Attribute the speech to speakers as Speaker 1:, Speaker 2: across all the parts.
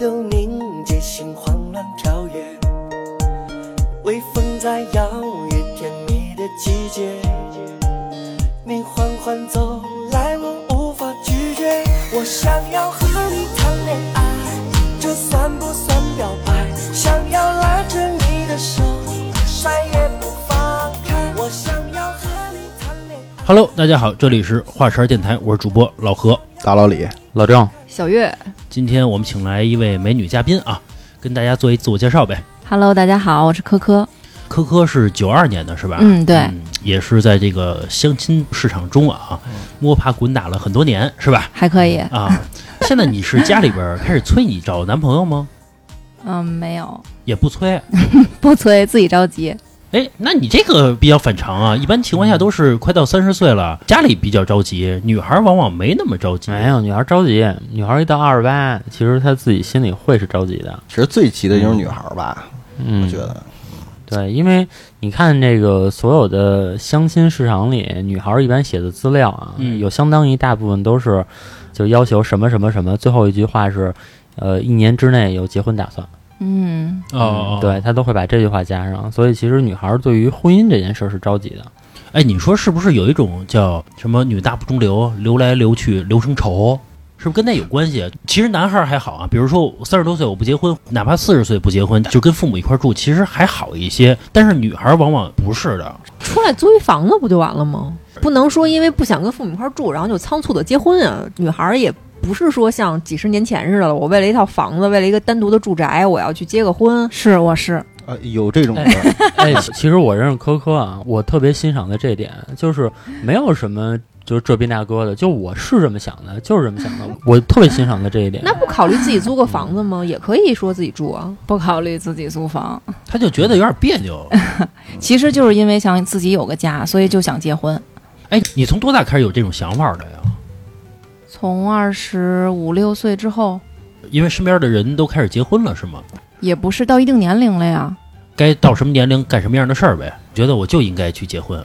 Speaker 1: 都凝结，心慌乱跳跃。微风在摇曳，甜蜜的季节。你缓缓走来，我无法拒绝。我想要和你谈恋爱，这算不算表白？想要拉着你的手，甩也不放开。我想要和你谈恋爱。
Speaker 2: Hello，大家好，这里是华晨电台，我是主播老何。
Speaker 3: 大老李，
Speaker 4: 老郑，
Speaker 5: 小月
Speaker 2: 今天我们请来一位美女嘉宾啊，跟大家做一自我介绍呗。
Speaker 5: ，Hello，大家好，我是科科。
Speaker 2: 科科是九二年的是吧？
Speaker 5: 啊嗯对
Speaker 2: 也是在这个相亲市场中啊，
Speaker 4: 嗯
Speaker 2: 摸爬滚打了很多年是吧？
Speaker 5: 还可以，
Speaker 2: 啊，现在你是家里边儿开始催你找男朋友吗？
Speaker 5: 嗯，没有，
Speaker 2: 也不催。
Speaker 5: 不催，自己着急。
Speaker 2: 哎，那你这个比较反常啊！一般情况下都是快到三十岁了，家里比较着急，女孩往往没那么着急。哦
Speaker 4: 没有女孩着急，女孩一到二十八，其实她自己心里会是着急的。
Speaker 3: 其实最急的就是女孩儿吧，
Speaker 4: 嗯，
Speaker 3: 我觉得
Speaker 4: 对，因为你看这个所有的相亲市场里，女孩儿一般写的资料啊，
Speaker 2: 嗯
Speaker 4: 有相当一大部分都是就要求什么什么什么，最后一句话是，呃，一年之内有结婚打算。
Speaker 5: 嗯，
Speaker 2: 哦
Speaker 4: 嗯，对，她都会把这句话加上，所以其实女孩儿对于婚姻这件事儿是着急的。
Speaker 2: 哎，你说是不是有一种叫什么“女大不中留，留来留去留成仇”？是不是跟那有关系？其实男孩儿还好啊，比如说三十多岁我不结婚，哪怕四十岁不结婚，就跟父母一块儿住，其实还好一些。但是女孩儿往往不是的，
Speaker 6: 出来租一房子不就完了吗？不能说因为不想跟父母一块儿住，然后就仓促的结婚啊。女孩儿也不是说像几十年前似的了，我为了一套房子，为了一个单独的住宅，我要去结个婚。
Speaker 5: 是，我是，
Speaker 3: 呃有这种的，
Speaker 4: 哎，其实我认识科科啊，我特别欣赏的这点就是没有什么就是这边大哥的，就我是这么想的，就是这么想的，我特别欣赏的这一点。
Speaker 6: 那不考虑自己租个房子吗？也可以说自己住啊。
Speaker 5: 不考虑自己租房，
Speaker 2: 他就觉得有点别扭。
Speaker 5: 其实就是因为想自己有个家，所以就想结婚。
Speaker 2: 哎，你从多大开始有这种想法儿的呀？
Speaker 5: 从二十五六岁之后，
Speaker 2: 因为身边的人都开始结婚了，是吗？
Speaker 5: 也不是到一定年龄了呀。
Speaker 2: 该到什么年龄干什么样的事儿呗。觉得我就应该去结婚。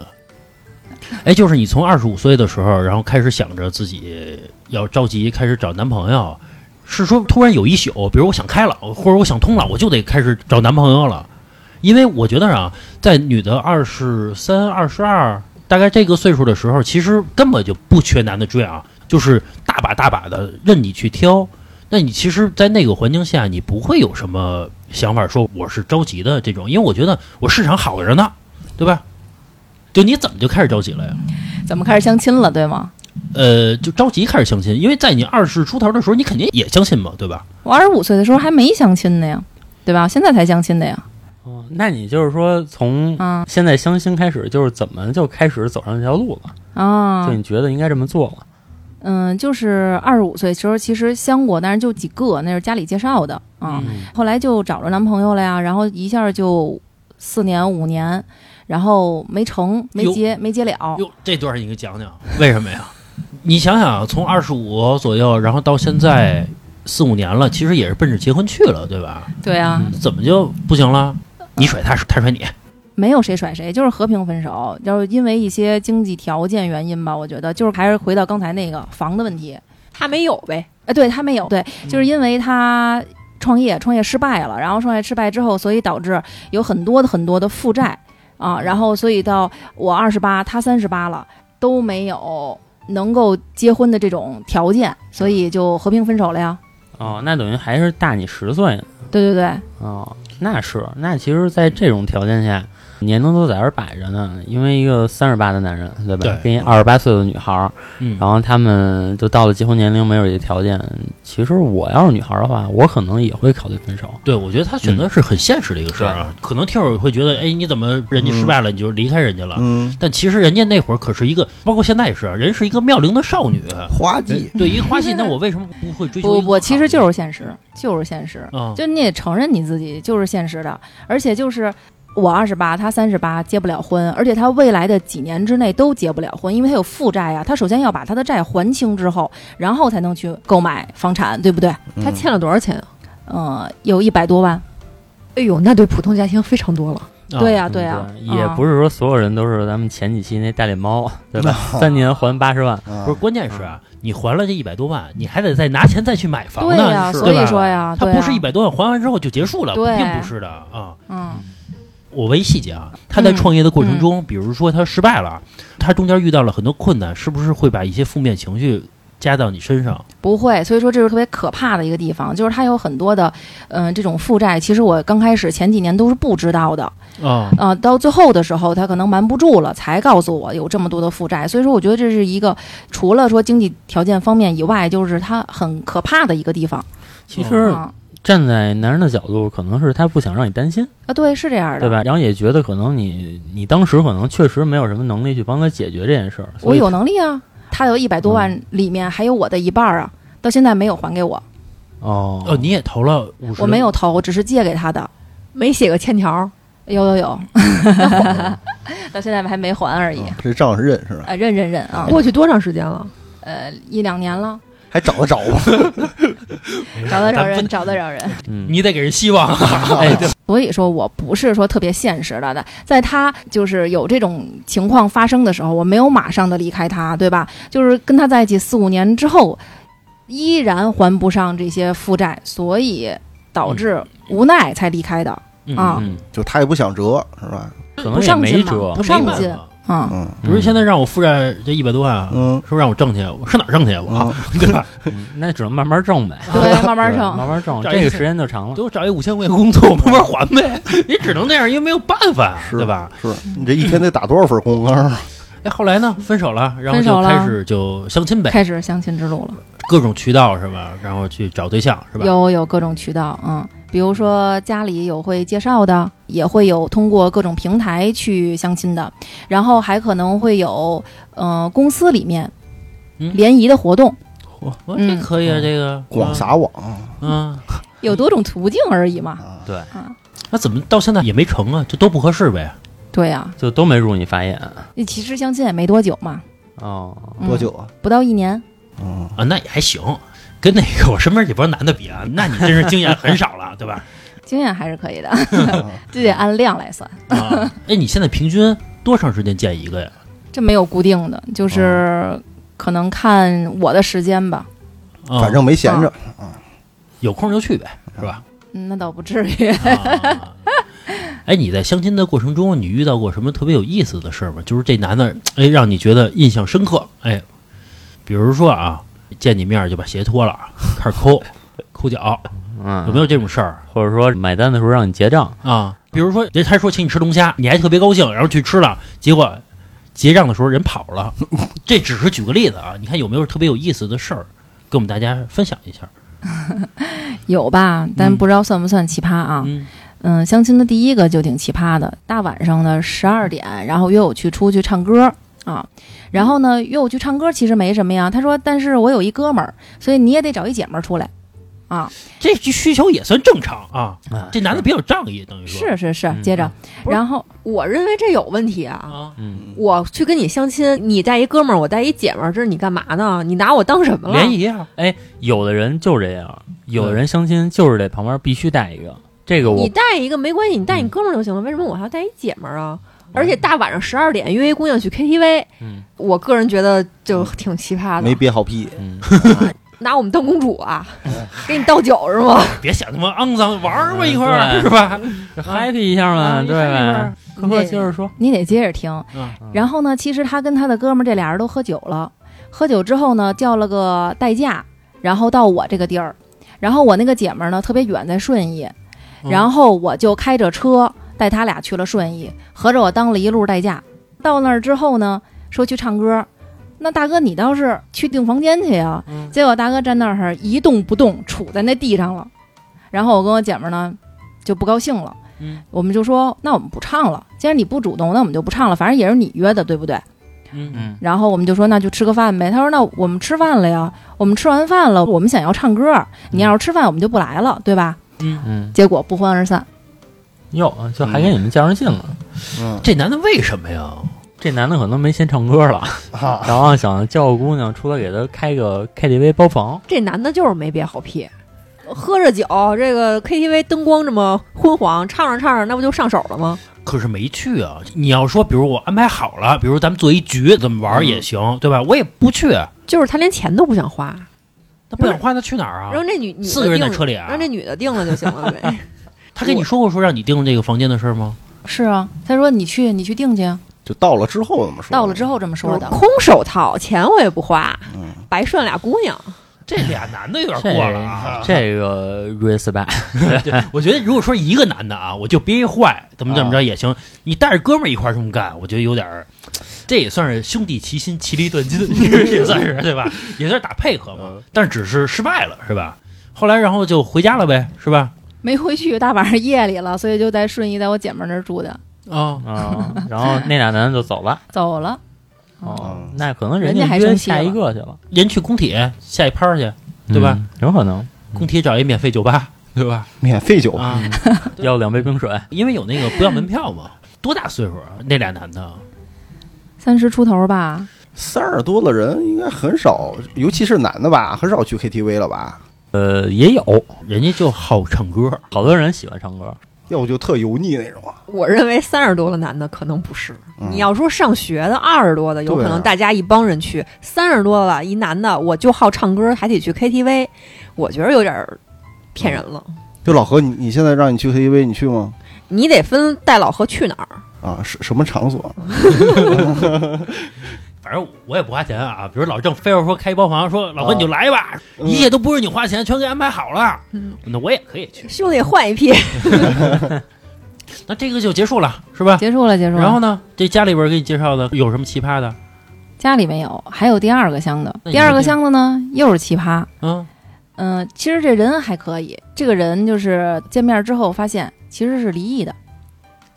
Speaker 2: 哎，就是你从二十五岁的时候，然后开始想着自己要着急开始找男朋友，是说突然有一宿，比如我想开了，或者我想通了，我就得开始找男朋友了。因为我觉得啊，在女的二十三、二十二大概这个岁数的时候，其实根本就不缺男的追啊，就是大把大把的任你去挑。那你其实，在那个环境下，你不会有什么想法说我是着急的这种，因为我觉得我市场好着呢，对吧？就你怎么就开始着急了呀？
Speaker 5: 怎么开始相亲了，对吗？
Speaker 2: 呃，就着急开始相亲，因为在你二十出头的时候，你肯定也相亲嘛，对吧？
Speaker 5: 我二十五岁的时候还没相亲呢呀，对吧？现在才相亲的呀。
Speaker 4: 哦那你就是说从
Speaker 5: 啊
Speaker 4: 现在相亲开始，就是怎么就开始走上这条路了？
Speaker 5: 啊，
Speaker 4: 就你觉得应该这么做了？
Speaker 5: 嗯，就是二十五岁时候，其实相过，但是就几个，那是家里介绍的啊。
Speaker 4: 嗯
Speaker 5: 后来就找着男朋友了呀，然后一下就四年五年，然后没成，没结，没结了。
Speaker 2: 哟，这段你给讲讲为什么呀？你想想，从二十五左右，然后到现在四五年了，其实也是奔着结婚去了，对吧？
Speaker 5: 对啊，
Speaker 2: 怎么就不行了？你甩他，他甩你，
Speaker 5: 没有谁甩谁，就是和平分手，就是因为一些经济条件原因吧。我觉得就是还是回到刚才那个房的问题，
Speaker 6: 他没有呗，嗯
Speaker 5: 哎，对他没有，对，就是因为他创业，创业失败了，然后创业失败之后，所以导致有很多的很多的负债啊，然后所以到我二十八，他三十八了，都没有能够结婚的这种条件，所以就和平分手了呀。
Speaker 4: 哦，那等于还是大你十岁呢。
Speaker 5: 对对对，
Speaker 4: 哦，那是，那其实，在这种条件下，年龄都在这儿摆着呢。因为一个三十八的男人，对吧？
Speaker 2: 对
Speaker 4: 跟一二十八岁的女孩儿，
Speaker 2: 嗯
Speaker 4: 然后他们就到了结婚年龄，没有这些条件。其实我要是女孩儿的话，我可能也会考虑分手。
Speaker 2: 对，我觉得他选择是很现实的一个事儿啊。可能听友会觉得，哎，你怎么人家失败了，你就离开人家了？
Speaker 3: 嗯，
Speaker 2: 但其实人家那会儿可是一个，包括现在也是啊，人是一个妙龄的少女，啊
Speaker 3: 花季
Speaker 2: 对一个花季，那我为什么不会追求一个更
Speaker 5: 不
Speaker 2: 好的？
Speaker 5: 不，我其实就是现实，就是现实，
Speaker 2: 啊，
Speaker 5: 就你也承认你自己就是现实的，而且就是。我二十八，他三十八，结不了婚，而且他未来的几年之内都结不了婚，因为他有负债啊。他首先要把他的债还清之后，然后才能去购买房产，对不对？
Speaker 3: 嗯
Speaker 6: 他欠了多少钱啊？
Speaker 5: 嗯，有一百多万。
Speaker 6: 哎呦，那对普通家庭非常多了。
Speaker 2: 啊
Speaker 5: 对呀、
Speaker 4: 嗯
Speaker 5: 对呀、
Speaker 4: 也
Speaker 5: 啊
Speaker 4: 不是说 所有人都是咱们前几期那大脸猫，对吧？
Speaker 3: 嗯
Speaker 4: 三年还八十万，
Speaker 3: 啊
Speaker 2: 不是，关键是啊，你还了这一百多万，你还得再拿钱再去买房
Speaker 5: 对
Speaker 2: 呢，
Speaker 5: 呀，
Speaker 2: 是
Speaker 5: 所
Speaker 2: 吧
Speaker 5: 以说呀，
Speaker 2: 它
Speaker 5: 对
Speaker 2: 不
Speaker 5: 呀
Speaker 2: 是一，百多万还完之后就结束了，
Speaker 5: 对
Speaker 2: 并不是的啊。
Speaker 5: 嗯
Speaker 2: 我为细节啊，他在
Speaker 5: 嗯
Speaker 2: 创业的过程中，比如说他失败了，他中间遇到了很多困难，是不是会把一些负面情绪加到你身上？
Speaker 5: 不会，所以说这是特别可怕的一个地方，就是它有很多的，嗯、这种负债，其实我刚开始前几年都是不知道的，
Speaker 2: 啊，
Speaker 5: 啊，到最后的时候，他可能瞒不住了，才告诉我有这么多的负债。所以说，我觉得这是一个除了说经济条件方面以外，就是他很可怕的一个地方。
Speaker 4: 其实
Speaker 5: 啊
Speaker 4: 站在男人的角度，可能是他不想让你担心，
Speaker 5: 啊，对，是这样的，
Speaker 4: 对？吧？然后也觉得可能你你当时可能确实没有什么能力去帮他解决这件事儿，
Speaker 5: 我
Speaker 4: 所以嗯
Speaker 5: 有能力啊，他有一百多万，里面还有我的一半儿啊，到现在没有还给我，
Speaker 4: 哦
Speaker 2: 哦，你也投了五十，
Speaker 5: 我没有投，我只是借给他的。
Speaker 6: 没写个欠条儿，
Speaker 5: 有有有，
Speaker 4: 哦
Speaker 5: 到现在还没还而已。
Speaker 3: 嗯这账是认是吧？
Speaker 5: 啊，认认认啊，
Speaker 6: 过去多长时间了？
Speaker 5: 呃一两年了，
Speaker 3: 还找得着吗？
Speaker 4: 哎
Speaker 5: 找得着
Speaker 2: 咱
Speaker 5: 人，
Speaker 2: 们
Speaker 5: 找得着人。
Speaker 4: 嗯
Speaker 2: 你得给人希望啊。
Speaker 4: 哎
Speaker 5: 所以说我不是说特别现实的，的在他就是有这种情况发生的时候，我没有马上的离开他，对吧？就是跟他在一起四五年之后，依然还不上这些负债，所以导致无奈才离开的
Speaker 2: 嗯
Speaker 5: 啊
Speaker 4: 嗯，
Speaker 3: 就他也不想折是吧？
Speaker 4: 可能
Speaker 5: 不
Speaker 4: 也
Speaker 5: 上
Speaker 4: 没
Speaker 5: 进嘛
Speaker 4: 辙
Speaker 5: 不，上
Speaker 2: 没
Speaker 5: 进
Speaker 2: 办法
Speaker 5: 啊、
Speaker 3: 嗯
Speaker 2: 不是现在让我负债这一百多万啊，
Speaker 3: 嗯
Speaker 2: 说让我挣去，我上哪儿挣去？啊我
Speaker 3: 嗯，
Speaker 2: 对吧？
Speaker 4: 嗯那只能慢慢挣呗，
Speaker 2: 嗯
Speaker 5: 对， 慢慢
Speaker 4: 对慢
Speaker 5: 上。
Speaker 4: 慢挣，
Speaker 2: 这
Speaker 4: 这
Speaker 2: 意
Speaker 4: 个
Speaker 2: 思
Speaker 4: 时间就长了
Speaker 2: 给。我找一五千块钱工作，我慢慢还呗。 也只能那样，因为没有办法，
Speaker 3: 是
Speaker 2: 对吧？？
Speaker 3: 是你这一天得打多少份工啊？
Speaker 2: 哎，后来呢？分手了，然后
Speaker 5: 分手
Speaker 2: 就
Speaker 5: 了
Speaker 2: 开始就相亲呗，
Speaker 5: 开始相亲之路了，
Speaker 2: 各种渠道是吧？然后去找对象是吧？
Speaker 5: 有有各种渠道，嗯，比如说家里有会介绍的，也会有通过各种平台去相亲的，然后还可能会有，嗯、公司里面
Speaker 2: 嗯
Speaker 5: 联谊的活动，
Speaker 2: 我我这
Speaker 5: 嗯
Speaker 2: 可以啊，
Speaker 4: 嗯
Speaker 2: 这个
Speaker 3: 广撒网，
Speaker 2: 嗯，
Speaker 5: 有多种途径而已嘛。
Speaker 2: 那怎么到现在也没成啊？这都不合适呗。
Speaker 5: 对呀、
Speaker 4: 就都没入你法眼
Speaker 5: 你其实相亲也没多久嘛，
Speaker 4: 哦，
Speaker 5: 嗯
Speaker 3: 多久？啊？
Speaker 5: 不到一年。
Speaker 3: 嗯，
Speaker 2: 啊，那也还行，跟那个我身边这帮男的比啊，那你真是经验很少了，对吧？
Speaker 5: 经验还是可以的，
Speaker 3: 嗯
Speaker 5: 这得按量来算，
Speaker 2: 啊，哎，你现在平均多长时间见一个呀？
Speaker 5: 这没有固定的，就是
Speaker 2: 哦
Speaker 5: 可能看我的时间吧。
Speaker 2: 啊
Speaker 3: 反正没闲着，
Speaker 2: 有空就去呗，是吧？
Speaker 5: 嗯那倒不至于。
Speaker 2: 啊哎，你在相亲的过程中，你遇到过什么特别有意思的事儿吗？就是这男的，哎，让你觉得印象深刻，哎，比如说啊，见你面儿就把鞋脱了，开始抠，抠脚，
Speaker 4: 嗯，
Speaker 2: 有没有这种事儿
Speaker 4: 或者说买单的时候让你结账，
Speaker 2: 啊？比如说，人他说请你吃龙虾，你还特别高兴，然后去吃了，结果结账的时候人跑了， 这只是举个例子啊，你看有没有特别有意思的事儿，跟我们大家分享一下？
Speaker 5: 有吧，但不知道算不算奇葩啊？
Speaker 2: 嗯
Speaker 5: 嗯，相亲的第一个就挺奇葩的，大晚上的十二点，然后约我去出去唱歌啊，然后呢约我去唱歌其实没什么呀，他说但是我有一哥们儿，所以你也得找一姐们儿出来啊，
Speaker 2: 这需求也算正常啊，
Speaker 4: 啊
Speaker 2: 这男的比较仗义，等于说
Speaker 5: 是是是
Speaker 4: 嗯，
Speaker 5: 接着，
Speaker 6: 不是
Speaker 5: 然后
Speaker 6: 我认为这有问题啊！
Speaker 2: 啊，
Speaker 4: 嗯，
Speaker 6: 我去跟你相亲，你带一哥们儿，我带一姐们儿，这是你干嘛呢？你拿我当什么了？
Speaker 2: 联谊啊。
Speaker 4: 哎
Speaker 2: 嗯
Speaker 4: 有的人就是这样，有的人相亲就是得旁边必须带一个，这个我
Speaker 6: 你带一个没关系，你带
Speaker 2: 嗯
Speaker 6: 你哥们儿就行了，为什么我还要带一姐们儿啊？而且大晚上十二点约一姑娘去 KTV，
Speaker 4: 嗯
Speaker 6: 我个人觉得
Speaker 2: 嗯
Speaker 6: 就挺奇葩
Speaker 3: 没
Speaker 6: 的，
Speaker 3: 憋好屁，
Speaker 4: 嗯，
Speaker 6: 拿我们当公主啊，
Speaker 2: 嗯
Speaker 6: 给你倒酒是吗？
Speaker 2: 别想那么肮脏，玩儿吧
Speaker 4: 嗯
Speaker 2: 一块儿
Speaker 4: 对
Speaker 2: 是吧？
Speaker 4: happy 一下
Speaker 2: 啊
Speaker 4: 嘛，
Speaker 2: 你
Speaker 4: 对
Speaker 2: 看一会儿
Speaker 4: 呗。可可接着说，
Speaker 5: 你得接着听
Speaker 2: 嗯。
Speaker 5: 然后呢，其实他跟他的哥们儿这俩人都喝酒了，喝酒之后呢，叫了个代驾，然后到我这个地儿，然后我那个姐们儿呢特别远，在顺义，
Speaker 2: 嗯
Speaker 5: 然后我就开着车带他俩去了顺义，合着我当了一路代驾。到那儿之后呢，说去唱歌，那大哥你倒是去订房间去呀、
Speaker 2: 嗯
Speaker 5: 结果大哥站那儿一动不动，杵在那地上了。然后我跟我姐们儿呢就不高兴了。
Speaker 2: 嗯
Speaker 5: 我们就说，那我们不唱了。既然你不主动，那我们就不唱了。反正也是你约的，对不对？
Speaker 2: 嗯
Speaker 4: 嗯
Speaker 5: 然后我们就说，那就吃个饭呗。他说，那我们吃饭了呀，我们吃完饭了，我们想要唱歌。你要是吃饭，我们就不来了，对吧？
Speaker 2: 嗯，
Speaker 4: 嗯，
Speaker 5: 结果不欢而散。
Speaker 4: 哟，就还给你们较上劲了。
Speaker 3: 嗯
Speaker 2: 这男的为什么呀？
Speaker 4: 这男的可能没先唱歌了，
Speaker 3: 啊，
Speaker 4: 然后想叫个姑娘出来给他开个 KTV 包房，
Speaker 6: 这男的就是没憋好屁，喝着酒，这个 KTV 灯光这么昏黄，唱着唱着，那不就上手了吗？
Speaker 2: 可是没去啊。你要说，比如我安排好了，比如咱们做一局，怎么玩
Speaker 4: 嗯
Speaker 2: 儿也行，对吧？我也不去，
Speaker 6: 就是他连钱都不想花，
Speaker 2: 那不想花，那去哪儿啊？
Speaker 6: 让这女女的
Speaker 2: 啊四个人在
Speaker 6: 定
Speaker 2: 车里啊
Speaker 6: 让这女的定了就行 了呗。
Speaker 2: 他跟你说过说让你订这个房间的事儿吗？
Speaker 5: 是啊，他说你去，你去定去啊。
Speaker 3: 就到了之后怎么说？
Speaker 5: 到了之后这么说的，
Speaker 6: 空手套，钱我也不花，
Speaker 2: 嗯
Speaker 6: 白涮俩姑娘。
Speaker 2: 这俩男的有点
Speaker 4: 这
Speaker 2: 过了啊！
Speaker 4: 这个 respect，
Speaker 2: 我觉得如果说一个男的啊，我就憋坏，怎么怎么着也行。你带着哥们儿一块儿这么干，我觉得有点儿，这也算是兄弟齐心，其利断金， 也算是对吧？也算是打配合
Speaker 4: 嗯
Speaker 2: 嘛。但只是失败了，是吧？后来然后就回家了呗，是吧？
Speaker 5: 没回去，大晚上夜里了，所以就在顺义，在我姐们儿那儿住的，
Speaker 2: 啊、
Speaker 4: 嗯，然后那俩男的就走了。
Speaker 5: 走了。
Speaker 4: 哦
Speaker 3: 嗯，
Speaker 4: 那可能
Speaker 5: 人家还
Speaker 4: 约
Speaker 5: 生气
Speaker 4: 下一
Speaker 5: 了
Speaker 4: 个去了，
Speaker 2: 人去工体下一拍儿去，对吧
Speaker 4: 嗯？有可能
Speaker 2: 工体找一免费酒吧，对吧？
Speaker 3: 免费酒，
Speaker 2: 啊，
Speaker 4: 要两杯冰水。
Speaker 2: 因为有那个不要门票嘛。多大岁数啊？那俩男的，
Speaker 5: 三十出头吧，
Speaker 3: 三十多的人应该很少，尤其是男的吧，很少去 KTV 了吧？
Speaker 4: 呃，也有
Speaker 2: 人家就好唱歌，
Speaker 4: 好多人喜欢唱歌，
Speaker 3: 要不就特油腻那种啊。
Speaker 6: 我认为三十多的男的可能不是，
Speaker 3: 嗯
Speaker 6: 你要说上学的二十多的，有可
Speaker 3: 对啊
Speaker 6: 能大家一帮人去。三十多了，一男的我就好唱歌，还得去 KTV，我觉得有点儿骗人了。
Speaker 3: 就老何，你你现在让你去 KTV，你去吗？
Speaker 6: 你得分带老何去哪儿，
Speaker 3: 啊，什什么场所？
Speaker 2: 反正我也不花钱啊。比如老郑非要说开一包房，说老哥
Speaker 3: 啊
Speaker 2: 你就来吧，
Speaker 3: 嗯
Speaker 2: 一切都不是你花钱，全给安排好了，
Speaker 5: 嗯
Speaker 2: 那我也可以去。
Speaker 6: 兄弟 换一批。
Speaker 2: 那这个就结束了，是吧？
Speaker 5: 结束了，结束了。
Speaker 2: 然后呢，这家里边给你介绍的有什么奇葩的？
Speaker 5: 家里没有，还有第二个箱子。
Speaker 2: 那你
Speaker 5: 第二个箱子呢，又是奇葩。
Speaker 2: 嗯，
Speaker 5: 嗯、其实这人还可以，这个人就是见面之后发现其实是离异的，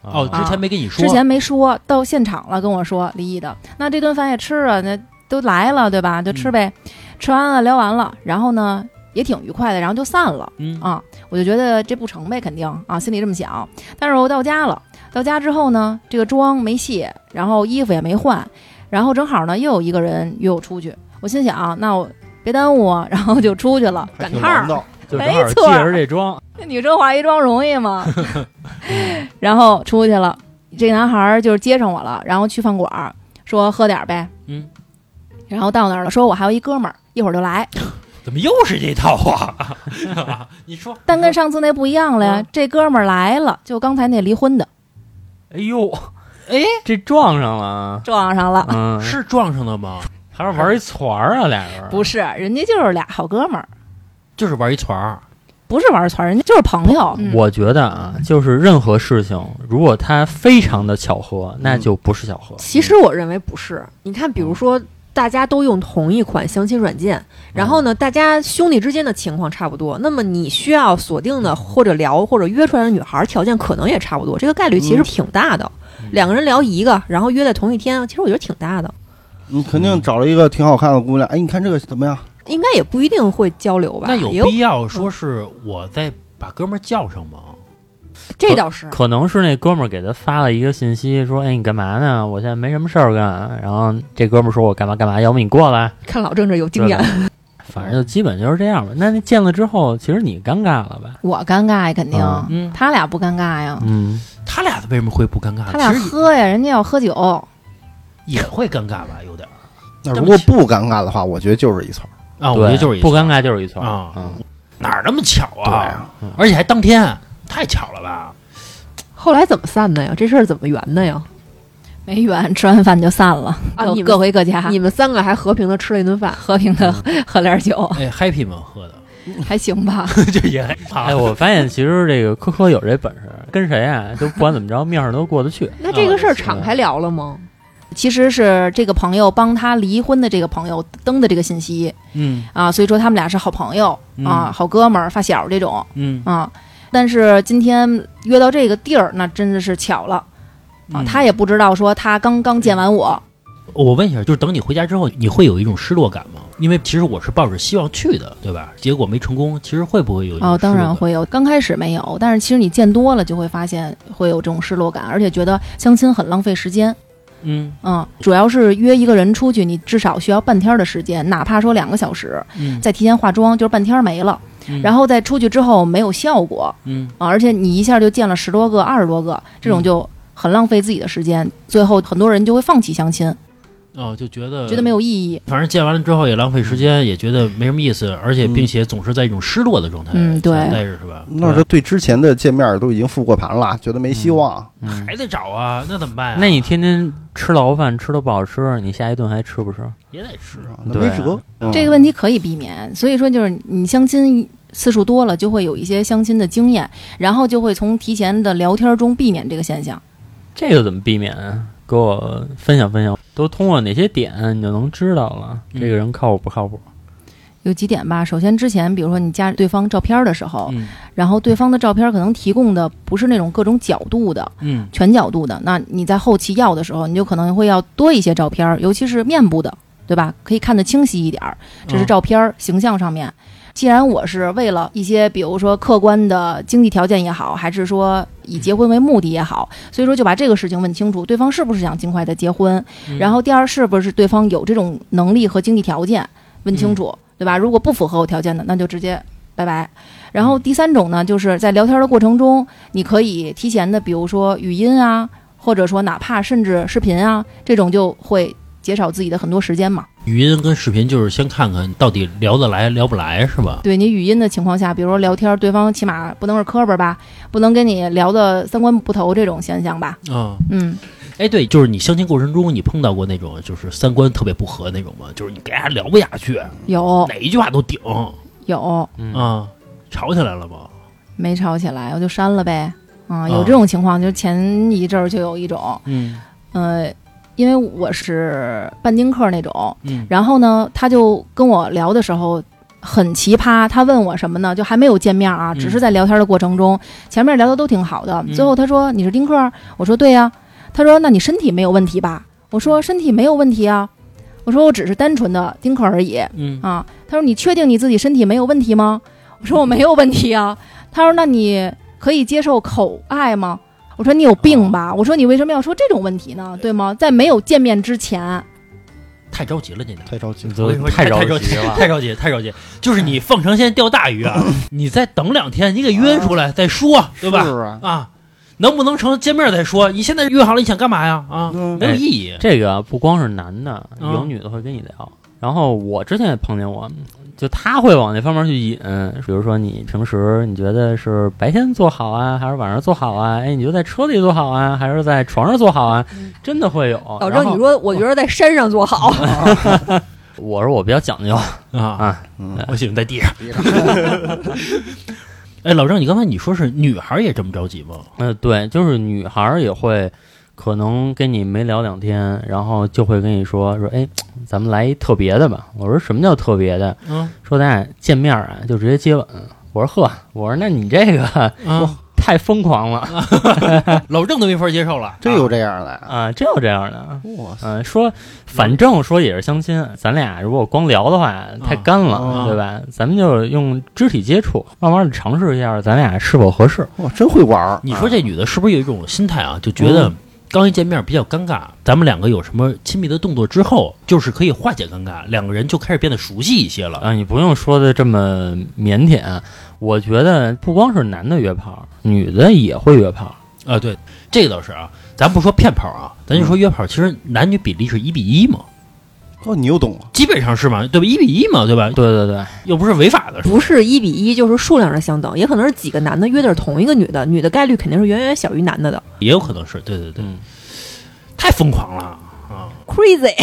Speaker 2: 哦，
Speaker 4: 啊
Speaker 2: 之前没跟你说，
Speaker 5: 之前没说，到现场了跟我说离异的。那这顿饭也吃了，那都来了对吧？就吃呗，吃完了聊完了，然后呢也挺愉快的，然后就散了。
Speaker 2: 嗯
Speaker 5: 啊，我就觉得这不成呗，肯定啊，心里这么想。但是我到家了，到家之后呢，这个妆没卸，然后衣服也没换，然后正好呢又有一个人约我出去，我心想、那我别耽误啊，然后就出去了，赶
Speaker 3: 挺
Speaker 5: 趟
Speaker 3: 王
Speaker 5: 儿。
Speaker 3: 道。
Speaker 4: 就
Speaker 5: 没
Speaker 4: 正好
Speaker 5: 错
Speaker 4: 借着这妆，
Speaker 5: 那女生化一妆容易吗？然后出去了，这男孩儿就是接上我了，然后去饭馆儿说喝点儿呗，
Speaker 2: 嗯，
Speaker 5: 然后到那儿了，说我还有一哥们儿，一会儿就来。
Speaker 2: 怎么又是这套啊？你说，
Speaker 5: 但跟上次那不一样了呀，
Speaker 2: 嗯
Speaker 5: 这哥们儿来了，就刚才那离婚的
Speaker 4: 哎呦，哎，这撞上了啊，
Speaker 5: 撞上了。
Speaker 4: 嗯，
Speaker 2: 是撞上的吗？
Speaker 4: 还是玩一团儿啊，俩人
Speaker 5: 不是，人家就是俩好哥们儿，
Speaker 2: 就是玩一团儿，
Speaker 5: 不是玩儿团，人家就是朋友。嗯
Speaker 4: 我觉得啊，就是任何事情，如果它非常的巧合，
Speaker 2: 嗯
Speaker 4: 那就不是巧合。
Speaker 6: 其实我认为不是。你看，比如说大家都用同一款相亲软
Speaker 3: 嗯
Speaker 6: 件，然后呢，大家兄弟之间的情况差不多，那么你需要锁定的或者聊或者约出来的女孩儿条件可能也差不多，这个概率
Speaker 3: 嗯
Speaker 6: 其实挺大的。两个人聊一个，然后约在同一天，其实我觉得挺大的，
Speaker 3: 你肯定找了一个挺好看的姑娘，哎，你看这个怎么样？
Speaker 6: 应该也不一定会交流吧？
Speaker 2: 那有
Speaker 6: 也有
Speaker 2: 必要说是我在把哥们儿叫上吗？
Speaker 6: 这倒是。
Speaker 4: 可能是那哥们儿给他发了一个信息，说：“哎，你干嘛呢？我现在没什么事儿干。”然后这哥们儿说：“我干嘛干嘛，要不你过来。
Speaker 6: 看老郑这有”经验，
Speaker 4: 反正就基本就是这样吧。那你见了之后，其实你尴尬了吧？
Speaker 5: 我尴尬呀，肯定。
Speaker 4: 嗯
Speaker 2: 嗯，
Speaker 5: 他俩不尴尬呀，
Speaker 4: 嗯，
Speaker 2: 他俩为什么会不尴尬？
Speaker 5: 他俩
Speaker 2: 其实
Speaker 5: 喝呀，人家要喝酒。
Speaker 2: 也会尴尬吧，有点儿
Speaker 3: 那如果不尴尬的话，我觉得就是一层。
Speaker 2: 啊。
Speaker 4: 对，
Speaker 2: 我觉得就是一
Speaker 4: 不
Speaker 2: 团
Speaker 4: 尴尬就是一撮
Speaker 2: 啊
Speaker 4: 嗯
Speaker 2: 哪儿那么巧
Speaker 3: 对
Speaker 2: 啊？
Speaker 3: 啊，
Speaker 2: 而且还当天，太巧了吧？
Speaker 6: 后来怎么散的呀？这事儿怎么圆的呀？
Speaker 5: 没缘，吃完饭就散了，
Speaker 6: 啊
Speaker 5: 各
Speaker 6: 你们
Speaker 5: 各回各家，
Speaker 6: 你们三个还和平的吃了一顿饭，
Speaker 5: 和平的
Speaker 6: 嗯
Speaker 5: 喝点儿酒，
Speaker 2: 哎，happy 吗？喝 的
Speaker 5: 还行吧？
Speaker 2: 这也
Speaker 4: 哎，我发现其实这个科科有这本事，跟谁啊都不管怎么着，面上都过得去。
Speaker 6: 那这个事儿敞
Speaker 4: 嗯
Speaker 6: 开聊了吗？
Speaker 5: 其实是这个朋友帮他离婚的这个朋友登的这个信息
Speaker 2: 嗯
Speaker 5: 啊，所以说他们俩是好朋友啊，
Speaker 2: 嗯
Speaker 5: 好哥们儿、发小这种
Speaker 2: 嗯
Speaker 5: 啊。但是今天约到这个地儿，那真的是巧了啊！他也不知道说他刚刚见完我，
Speaker 2: 我问一下，就是等你回家之后，你会有一种失落感吗？因为其实我是抱着希望去的，对吧？结果没成功，其实会不会有一种
Speaker 5: 哦，当
Speaker 2: 失落
Speaker 5: 然
Speaker 2: 感。
Speaker 5: 会有，刚开始没有，但是其实你见多了就会发现会有这种失落感，而且觉得相亲很浪费时间。
Speaker 2: 嗯
Speaker 5: 嗯，主要是约一个人出去，你至少需要半天的时间，哪怕说两个小时，
Speaker 2: 嗯，
Speaker 5: 再提前化妆就是半天没了，然后再出去之后没有效果
Speaker 2: 嗯
Speaker 5: 啊，而且你一下就见了十多个、二十多个，这种就很浪费自己的时间，最后很多人就会放弃相亲，
Speaker 2: 哦，就觉得
Speaker 5: 觉得没有意义。
Speaker 2: 反正见完了之后也浪费时间，也觉得没什么意思，而且并且总是在一种失落的状态，
Speaker 5: 嗯对
Speaker 2: 待着是吧？
Speaker 3: 那
Speaker 2: 对
Speaker 3: 是对之前的见面都已经复过盘了，觉得没希望。
Speaker 4: 嗯，
Speaker 2: 还得找啊，那怎么办、啊？
Speaker 4: 那你天天吃牢饭吃的不好吃，你下一顿还吃不吃？
Speaker 2: 也得吃啊。
Speaker 3: 那没
Speaker 4: 对
Speaker 3: 辙。嗯
Speaker 5: 这个问题可以避免，所以说就是你相亲次数多了，就会有一些相亲的经验，然后就会从提前的聊天中避免这个现象。
Speaker 4: 这个怎么避免啊？给我分享分享，都通过哪些点你就能知道了
Speaker 2: 嗯
Speaker 4: 这个人靠谱不靠谱？
Speaker 5: 有几点吧，首先之前，比如说你加对方照片的时候，
Speaker 2: 嗯
Speaker 5: 然后对方的照片可能提供的不是那种各种角度的、
Speaker 2: 嗯
Speaker 5: 全角度的，那你在后期要的时候，你就可能会要多一些照片，尤其是面部的，对吧？可以看得清晰一点儿，
Speaker 2: 嗯
Speaker 5: 这是照片、形象上面。既然我是为了一些，比如说客观的经济条件也好，还是说以结婚为目的也好，所以说就把这个事情问清楚，对方是不是想尽快的结婚，
Speaker 2: 嗯
Speaker 5: 然后第二是不是对方有这种能力和经济条件，问清楚，对吧？如果不符合我条件的，那就直接拜拜。然后第三种呢，就是在聊天的过程中，你可以提前的，比如说语音啊，或者说哪怕甚至视频啊，这种就会减少自己的很多时间嘛。
Speaker 2: 语音跟视频就是先看看到底聊得来聊不来是吧？
Speaker 5: 对你语音的情况下，比如说聊天，对方起码不能是磕巴吧，不能跟你聊的三观不投这种现象吧。
Speaker 2: 啊，
Speaker 5: 嗯，
Speaker 2: 哎，对，就是你相亲过程中，你碰到过那种就是三观特别不合那种吗？就是你跟人家聊不下去，
Speaker 5: 有
Speaker 2: 哪一句话都顶
Speaker 5: 有
Speaker 2: 啊，吵起来了吗？
Speaker 5: 没吵起来，我就删了呗。啊，有
Speaker 2: 啊
Speaker 5: 这种情况，就前一阵儿就有一种，
Speaker 2: 嗯
Speaker 5: 呃，因为我是半丁克那种，
Speaker 2: 嗯
Speaker 5: 然后呢，他就跟我聊的时候很奇葩，他问我什么呢？就还没有见面啊，
Speaker 2: 嗯
Speaker 5: 只是在聊天的过程中，前面聊的都挺好的，
Speaker 2: 嗯
Speaker 5: 最后他说你是丁克，我说对呀、他说那你身体没有问题吧？我说身体没有问题啊，我说我只是单纯的丁克而已
Speaker 2: 嗯
Speaker 5: 啊。他说你确定你自己身体没有问题吗？我说我没有问题啊。他说那你可以接受口爱吗？我说你有病吧？我说你为什么要说这种问题呢？对吗？在没有见面之前，
Speaker 2: 太着急了，你俩。
Speaker 3: 太着急了，哎
Speaker 2: 我跟你说，
Speaker 4: 太
Speaker 2: 太
Speaker 4: 着
Speaker 2: 急
Speaker 4: 急了
Speaker 2: 太着急，太着急！就是你放长线钓大鱼 啊，你再等两天，你给约出来再说，对吧？
Speaker 3: 是啊，
Speaker 2: 啊，能不能成见面再说？你现在约好了，你想干嘛呀？啊，
Speaker 3: 嗯
Speaker 2: 没有意义。
Speaker 4: 这个不光是男的，
Speaker 2: 嗯
Speaker 4: 有女的会跟你聊。然后我之前也碰见过，就他会往那方面去引，比如说你平时你觉得是白天做好啊，还是晚上做好啊？哎，你觉得在车里做好啊，还是在床上做好啊？真的会有。
Speaker 6: 老
Speaker 4: 然
Speaker 6: 郑，
Speaker 4: 后
Speaker 6: 你哦说，我觉得在山上做好，
Speaker 4: 我说我比较讲究，
Speaker 2: 啊
Speaker 4: 啊
Speaker 3: 嗯
Speaker 2: 我喜欢在地上。 哎，老郑，你刚才你说是女孩也这么着急吗？
Speaker 4: 嗯、对，就是女孩儿也会，可能跟你没聊两天，然后就会跟你说说，哎，咱们来一特别的吧。我说什么叫特别的？
Speaker 2: 嗯
Speaker 4: 说咱俩见面啊，就直接接吻。我说呵，我说那你这个
Speaker 2: 啊，
Speaker 4: 太疯狂了
Speaker 2: 老郑都没法接受了，
Speaker 3: 真有这样的啊！
Speaker 4: 啊！真有这样的，
Speaker 3: 哇塞，
Speaker 4: 嗯、说反正说也是相亲，咱俩如果光聊的话太干了，
Speaker 3: 啊
Speaker 4: 对吧？咱们就用肢体接触，慢慢的尝试一下咱俩是否合适。
Speaker 3: 哇，真会玩儿。啊
Speaker 2: 你说这女的是不是有一种心态啊？就觉得
Speaker 3: 嗯
Speaker 2: 刚一见面比较尴尬，咱们两个有什么亲密的动作之后，就是可以化解尴尬，两个人就开始变得熟悉一些了。
Speaker 4: 啊，你不用说的这么腼腆，我觉得不光是男的约炮，女的也会约炮。
Speaker 2: 啊，对，这个倒是啊，咱不说骗炮啊，咱就
Speaker 3: 嗯
Speaker 2: 说约炮，其实男女比例是一比一嘛，
Speaker 3: 哦，你又懂了，
Speaker 2: 基本上是嘛，对吧？一比一嘛，对吧？
Speaker 4: 对对对，
Speaker 2: 又不是违法的，是吧
Speaker 6: 不是一比一，就是数量上相等，也可能是几个男的约的是同一个女的，女的概率肯定是远远小于男的的
Speaker 2: 也有可能是，对对对，
Speaker 4: 嗯，
Speaker 2: 太疯狂了。
Speaker 6: ，crazy。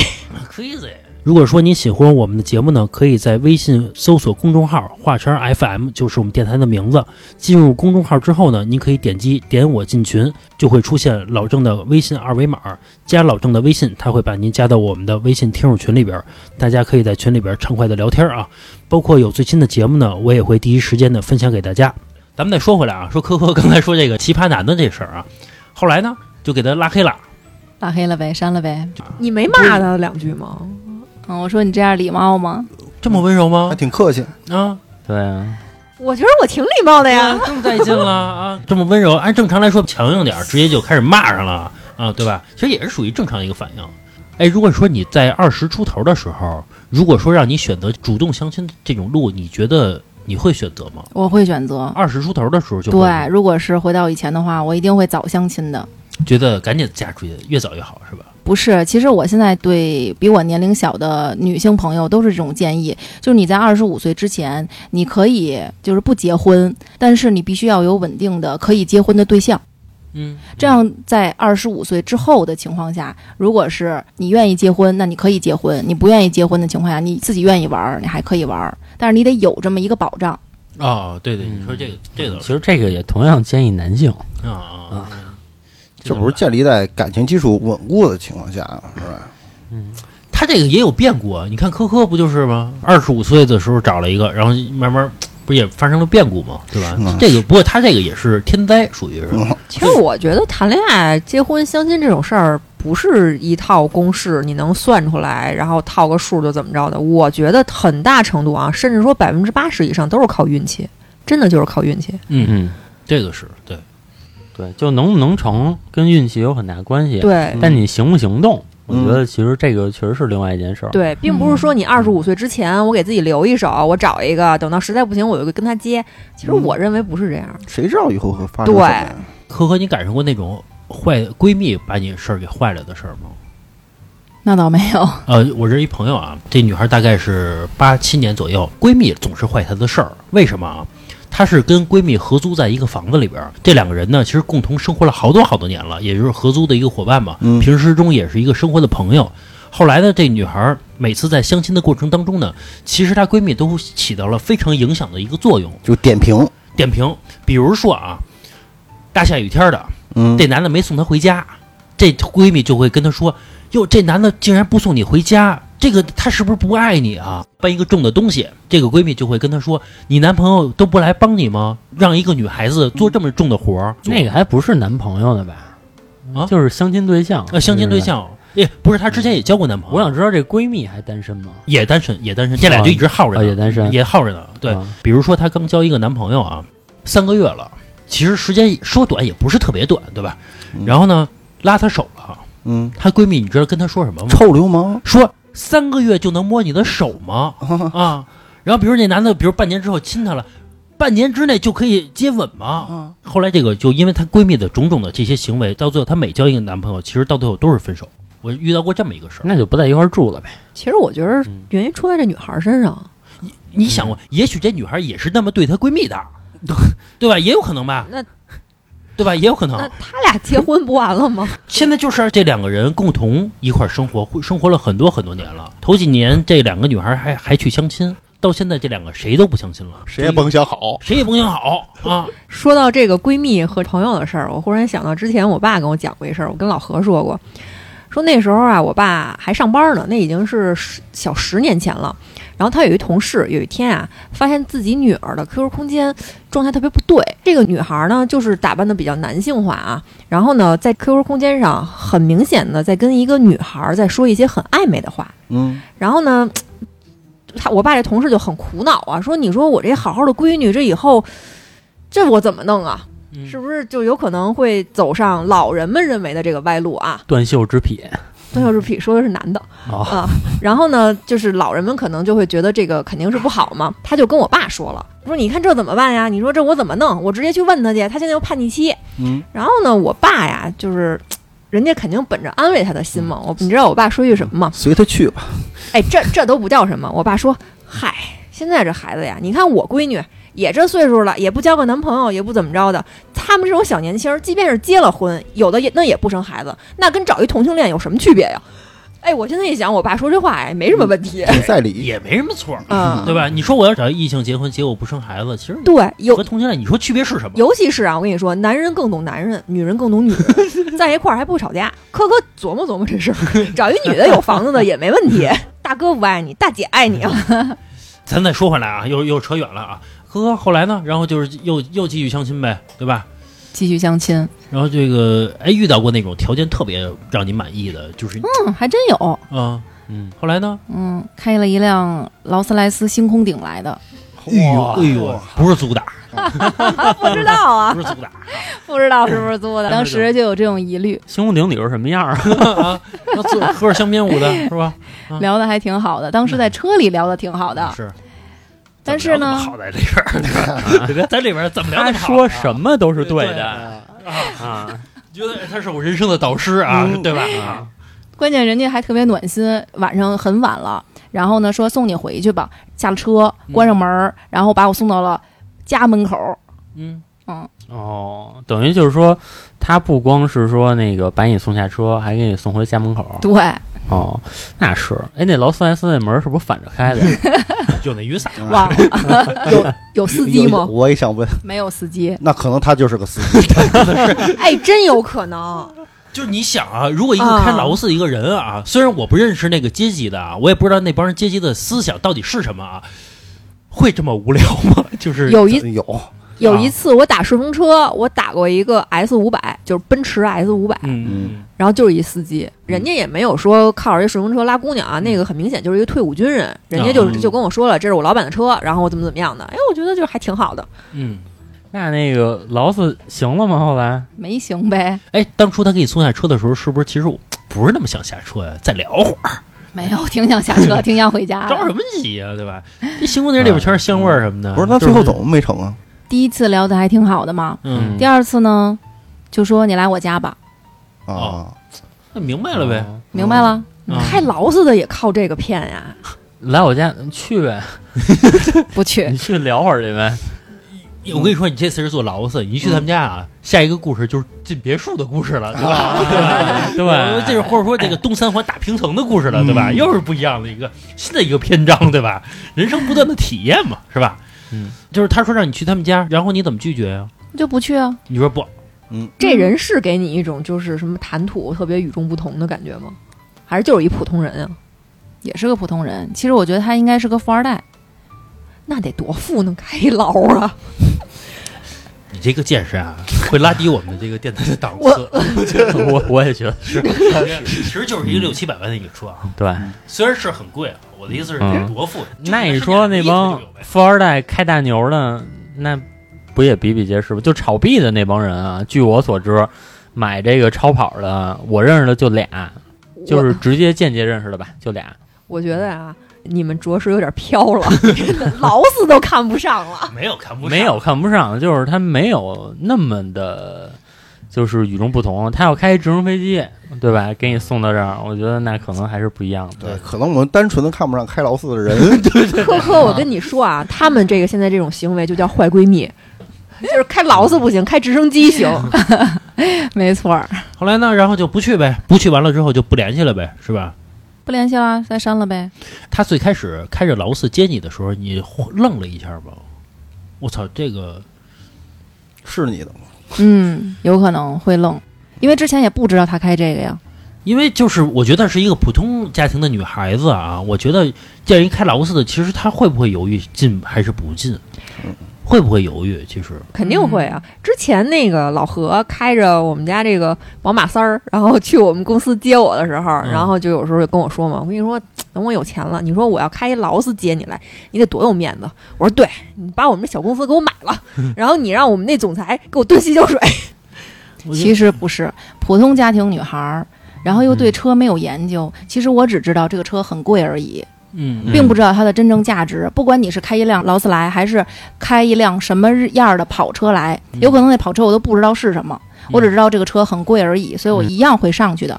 Speaker 2: crazy。如果说您喜欢我们的节目呢，可以在微信搜索公众号“华圈 FM”，就是我们电台的名字。进入公众号之后呢，您可以点击“点我进群”，就会出现老郑的微信二维码，加老郑的微信，他会把您加到我们的微信听众群里边儿。大家可以在群里边儿畅快的聊天啊，包括有最新的节目呢，我也会第一时间的分享给大家。咱们再说回来啊，说科科刚才说这个奇葩男的这事儿啊，后来呢就给他拉黑了。
Speaker 5: 拉黑了呗，删了呗。
Speaker 6: 你没骂他两句吗？
Speaker 5: 嗯，我说你这样礼貌吗？
Speaker 2: 这么温柔
Speaker 3: 还
Speaker 2: 吗？
Speaker 3: 挺客气。
Speaker 2: 啊，
Speaker 4: 对啊，
Speaker 6: 我觉得我挺礼貌的呀。
Speaker 2: 更带劲了啊！这么温柔，按正常来说强硬点儿，直接就开始骂上了啊，对吧？其实也是属于正常一个反应。哎，如果说你在二十出头的时候，如果说让你选择主动相亲这种路，你觉得你会选择吗？
Speaker 5: 我会选择。
Speaker 2: 二十出头的时候就会
Speaker 5: 对，如果是回到以前的话，我一定会早相亲的。
Speaker 2: 觉得赶紧嫁出去，越早越好，是吧？
Speaker 5: 不是，其实我现在对比我年龄小的女性朋友都是这种建议，就是你在二十五岁之前，你可以就是不结婚，但是你必须要有稳定的可以结婚的对象。
Speaker 2: 嗯，
Speaker 5: 这样在二十五岁之后的情况下，如果是你愿意结婚，那你可以结婚；你不愿意结婚的情况下，你自己愿意玩儿，你还可以玩儿，但是你得有这么一个保障。
Speaker 2: 哦，对对，你说这个这个
Speaker 4: 其实这个也同样建议男性，
Speaker 2: 啊啊，啊
Speaker 3: 这不是建立在感情基础稳固的情况下，啊是吧？
Speaker 2: 他这个也有变故啊。你看科科不就是吗？二十五岁的时候找了一个，然后慢慢不是也发生了变故吗？对吧？
Speaker 3: 嗯
Speaker 2: 这个不过他这个也是天灾，属于是。
Speaker 3: 嗯
Speaker 6: 其实我觉得谈恋爱、结婚、相亲这种事儿，不是一套公式你能算出来，然后套个数就怎么着的。我觉得很大程度啊，甚至说百分之八十以上都是靠运气，真的就是靠运气。
Speaker 2: 嗯，
Speaker 4: 嗯，
Speaker 2: 这个是对。
Speaker 4: 对，就能不能成跟运气有很大关系，，
Speaker 6: 对
Speaker 4: 但你行不行动，我
Speaker 3: 嗯
Speaker 4: 觉得其实这个确实是另外一件事儿，
Speaker 6: 对，并不是说你二十五岁之前我给自己留一手，我找一个，等到实在不行我就跟他接。其实我认为不是这样。
Speaker 3: 谁知道以后会发生什
Speaker 6: 对
Speaker 3: 么呀？
Speaker 2: 科科，你赶上过那种坏闺蜜把你事儿给坏了的事儿吗？
Speaker 5: 那倒没有，
Speaker 2: 呃，我这一朋友啊，这女孩大概是八七年左右，闺蜜总是坏她的事儿，为什么啊？她是跟闺蜜合租在一个房子里边儿，这两个人呢，其实共同生活了好多好多年了，也就是合租的一个伙伴嘛，
Speaker 3: 嗯
Speaker 2: 平时中也是一个生活的朋友。后来呢，这女孩儿每次在相亲的过程当中呢，其实她闺蜜都起到了非常影响的一个作用。
Speaker 3: 就点评，
Speaker 2: 点评，比如说啊，大下雨天儿的，
Speaker 3: 嗯，
Speaker 2: 这男的没送她回家，这闺蜜就会跟她说：“哟，这男的竟然不送你回家，这个他是不是不爱你啊？”搬一个重的东西，这个闺蜜就会跟她说：“你男朋友都不来帮你吗？让一个女孩子做这么重的活儿，
Speaker 4: 那个还不是男朋友呢吧？
Speaker 2: 啊
Speaker 4: 就是相亲对象，
Speaker 2: 呃相亲对象，哎，不是她之前也交过男朋友，
Speaker 4: 我想知道这闺蜜还单身吗？
Speaker 2: 也单身，也单身，这俩就一直耗着
Speaker 4: 啊，
Speaker 2: 呢，
Speaker 4: 也单身，
Speaker 2: 也耗着呢。对，
Speaker 4: 啊
Speaker 2: 比如说她刚交一个男朋友啊，三个月了，其实时间说短也不是特别短，对吧？
Speaker 3: 嗯
Speaker 2: 然后呢，拉她手了，
Speaker 3: 嗯，
Speaker 2: 她闺蜜，你知道跟她说什么吗？
Speaker 3: 臭流氓，
Speaker 2: 说三个月就能摸你的手 吗？啊，然后比如那男的，比如半年之后亲她了，半年之内就可以接吻
Speaker 7: 嗯
Speaker 2: 吗？后来这个就因为她闺蜜的种种的这些行为，到最后她每交一个男朋友，其实到最后都是分手。我遇到过这么一个事
Speaker 7: 嗯
Speaker 2: 儿，
Speaker 4: 那就不在一块儿住了呗。
Speaker 6: 其实我觉得
Speaker 4: 嗯
Speaker 6: 原因出在这女孩身上。
Speaker 2: 你想过，也许这女孩也是那么对她闺蜜的，
Speaker 7: 嗯
Speaker 2: 对吧？也有可能吧？
Speaker 6: 那
Speaker 2: 对吧？也有可能
Speaker 6: 那。他俩结婚不完了吗？
Speaker 2: 现在就是这两个人共同一块儿生活，会生活了很多很多年了。头几年这两个女孩还还去相亲，到现在这两个谁都不相亲了，
Speaker 7: 谁也甭想好。
Speaker 2: 谁也甭想好啊。
Speaker 6: 说到这个闺蜜和朋友的事儿，我忽然想到之前我爸跟我讲过一事儿，我跟老何说过，说那时候啊，我爸还上班呢，那已经是十小十年前了。然后他有一同事，有一天啊，发现自己女儿的 QQ 空间状态特别不对。这个女孩呢，就是打扮的比较男性化啊，然后呢，在 QQ 空间上很明显的在跟一个女孩在说一些很暧昧的话。
Speaker 3: 嗯，
Speaker 6: 然后呢，他我爸这同事就很苦恼啊，说你说我这好好的闺女，这以后这我怎么弄啊？是不是就有可能会走上老人们认为的这个歪路啊？
Speaker 4: 断袖之癖
Speaker 6: 段小志痞说的是男的
Speaker 4: 哦
Speaker 6: 啊，然后呢，就是老人们可能就会觉得这个肯定是不好嘛，他就跟我爸说了，说你看这怎么办呀？你说这我怎么弄？我直接去问他去，他现在又叛逆期。
Speaker 3: 嗯，
Speaker 6: 然后呢，我爸呀，就是人家肯定本着安慰他的心嘛，我你知道我爸说句什么吗？
Speaker 3: 随他去吧，
Speaker 6: 哎，这这都不叫什么。我爸说，嗨，现在这孩子呀，你看我闺女也这岁数了，也不交个男朋友，也不怎么着的。他们这种小年轻儿，即便是结了婚，有的也那也不生孩子，那跟找一同性恋有什么区别呀？哎，我现在一想，我爸说这话哎，没什么问
Speaker 5: 嗯
Speaker 6: 题。
Speaker 3: 也在理，
Speaker 2: 也没什么错儿，
Speaker 6: 嗯，
Speaker 2: 对吧？你说我要找异性结婚，结果不生孩子，其实
Speaker 6: 对，有
Speaker 2: 和同性恋，你说区别是什么？
Speaker 6: 尤其是啊，我跟你说，男人更懂男人，女人更懂 女人，在一块儿还不吵架。科科琢磨琢磨这事儿，找一女的有房子的也没问题。 大哥不爱你，大姐爱你啊。
Speaker 2: 咱再说回来啊，又又扯远了啊。呵呵，后来呢？然后就是又又继续相亲呗，对吧？
Speaker 5: 继续相亲，
Speaker 2: 然后这个哎，遇到过那种条件特别让你满意的，就是
Speaker 5: 嗯， 还真有，
Speaker 2: 啊，
Speaker 4: 嗯，
Speaker 2: 后来呢？
Speaker 5: 嗯，开了一辆劳斯莱斯星空顶来的，
Speaker 2: 哎呦哎呦，不是租的，
Speaker 6: 不知道 啊，
Speaker 2: 不是租的，
Speaker 6: 不知道是不是租的。
Speaker 5: 当时就有这种疑虑，
Speaker 4: 星空顶里是什么样啊？
Speaker 2: 那自个儿喝着香槟舞的是吧？啊
Speaker 5: 聊的还挺好的，当时在车里聊的挺好的，
Speaker 2: 是。
Speaker 5: 但是呢
Speaker 2: 怎么聊那么好在这边儿，咱这边儿怎么聊那
Speaker 4: 他
Speaker 2: 么好？
Speaker 4: 说什么都是对
Speaker 2: 对
Speaker 4: 的啊！
Speaker 2: 觉得他是我人生的导师啊，
Speaker 3: 嗯
Speaker 2: 对吧？
Speaker 4: 啊，
Speaker 5: 关键人家还特别暖心，晚上很晚了，然后呢说送你回去吧，下了车关上门儿，然后把我送到了家门口儿。
Speaker 2: 嗯，
Speaker 4: 哦，等于就是说，他不光是说那个把你送下车，还给你送回家门口。
Speaker 5: 对，
Speaker 4: 哦，那是，哎，那劳斯莱斯那门是不是反着开的？
Speaker 2: 就那雨伞，
Speaker 5: 哇，有有司机吗？
Speaker 3: 我也想问，
Speaker 5: 没有司机，
Speaker 3: 那可能他就是个司机。
Speaker 6: 哎，真有可能。
Speaker 2: 就是你想啊，
Speaker 3: 嗯
Speaker 2: 如果一个开劳斯的一个人啊，虽然我不认识那个阶级的啊，我也不知道那帮人阶级的思想到底是什么啊，会这么无聊吗？ 就是
Speaker 5: 有一
Speaker 3: 有，
Speaker 4: 啊
Speaker 6: 有一次我打顺风车，我打过一个 S 五百，就是奔驰 S 五百，
Speaker 2: 嗯，
Speaker 6: 然后就是一司机，人家也没有说靠着这顺风车拉姑娘啊，那个很明显就是一个退伍军人，人家就
Speaker 4: 啊
Speaker 2: 嗯
Speaker 6: 就跟我说了，这是我老板的车，然后我怎么怎么样的，哎，我觉得就是还挺好的。
Speaker 2: 嗯，
Speaker 4: 那那个劳斯行了吗？后来
Speaker 5: 没行呗，
Speaker 2: 哎，当初他给你送下车的时候，是不是其实我不是那么想下车呀、再聊会儿，
Speaker 5: 没有，挺想下车， 挺想回家的。
Speaker 2: 着什么急呀、对吧？这行宫里里边全是香味儿什么的，
Speaker 3: 啊嗯不是那最后
Speaker 2: 就
Speaker 3: 怎么没成啊？
Speaker 5: 第一次聊的还挺好的嘛，
Speaker 2: 嗯，
Speaker 5: 第二次呢，就说你来我家吧，
Speaker 3: 啊，
Speaker 2: 那明白了呗。
Speaker 4: 哦
Speaker 5: 明白了？
Speaker 2: 嗯
Speaker 6: 开劳斯的也靠这个骗呀，
Speaker 4: 来我家去呗，
Speaker 5: 不去
Speaker 4: 你，去聊会儿去呗。
Speaker 2: 我
Speaker 4: 嗯
Speaker 2: 跟你说，你这次是做劳斯，你一去他们家啊，下一个故事就是进别墅的故事了，对 吧？
Speaker 4: 对嗯
Speaker 2: 这是或者说这个东三环打平层的故事了，对吧？又是不一样的一个新的一个篇章，对吧？人生不断的体验嘛，是吧？
Speaker 4: 嗯，
Speaker 2: 就是他说让你去他们家，然后你怎么拒绝呀、
Speaker 5: 就不去啊。
Speaker 2: 你说不，
Speaker 6: 这人是给你一种就是什么谈吐特别与众不同的感觉吗？还是就是一普通人啊？
Speaker 5: 也是个普通人，其实我觉得他应该是个富二代，
Speaker 6: 那得多富能开一劳啊？
Speaker 2: 你这个见识啊，会拉低我们的这个电台的档次
Speaker 6: 我。
Speaker 4: 我我也觉得是，
Speaker 2: 其实就是一个六七百万的一个车啊，
Speaker 4: 对。
Speaker 2: 虽然是很贵啊，我的意思是
Speaker 4: 嗯
Speaker 2: 多富。啊就是
Speaker 4: 那你
Speaker 2: 身
Speaker 4: 说
Speaker 2: 价
Speaker 4: 那
Speaker 2: 低他
Speaker 4: 帮
Speaker 2: 就有呗
Speaker 4: 富二代开大牛的，那不也比比皆是吗？就炒币的那帮人啊，据我所知，买这个超跑的，我认识的就俩，就是直接间接认识的吧，就俩。
Speaker 6: 我觉得啊，你们着实有点飘了， 真的劳斯都看不上了。
Speaker 2: 没有看不上
Speaker 4: 没有看不上，就是他没有那么的，就是与众不同。他要开直升飞机，对吧？给你送到这儿，我觉得那可能还是不一样
Speaker 3: 对
Speaker 4: 的，。
Speaker 3: 可能我们单纯的看不上开劳斯的 人，
Speaker 6: 科科，我跟你说啊，他们这个现在这种行为就叫坏闺蜜，就是开劳斯不行，开直升机行。
Speaker 5: 没错儿，
Speaker 2: 后来呢，然后就不去呗，不去完了之后就不联系了呗，是吧？
Speaker 5: 不联系了，再删了呗。
Speaker 2: 他最开始开着劳斯接你的时候，你愣了一下吧？我操，这个
Speaker 3: 是你的吗？
Speaker 5: 嗯，有可能会愣，因为之前也不知道他开这个呀。
Speaker 2: 因为就是我觉得是一个普通家庭的女孩子啊，我觉得见人开劳斯的，其实她会不会犹豫进还是不进，会不会犹豫？其实
Speaker 6: 肯定会啊！之前那个老何开着我们家这个宝马三儿，然后去我们公司接我的时候，
Speaker 2: 嗯
Speaker 6: 然后就有时候就跟我说嘛：“我跟你说，等我有钱了，你说我要开一劳斯接你来，你得多有面子。”我说：“对，你把我们这小公司给我买了，然后你让我们那总裁给我兑洗脚水。
Speaker 2: 我觉得
Speaker 5: 其实不是普通家庭女孩儿，然后又对车没有研究。其实我只知道这个车很贵而已，
Speaker 2: 嗯
Speaker 5: 并不知道它的真正价值。不管你是开一辆劳斯莱，还是开一辆什么样儿的跑车来，有可能那跑车我都不知道是什么，我只知道这个车很贵而已，所以我一样会上去的。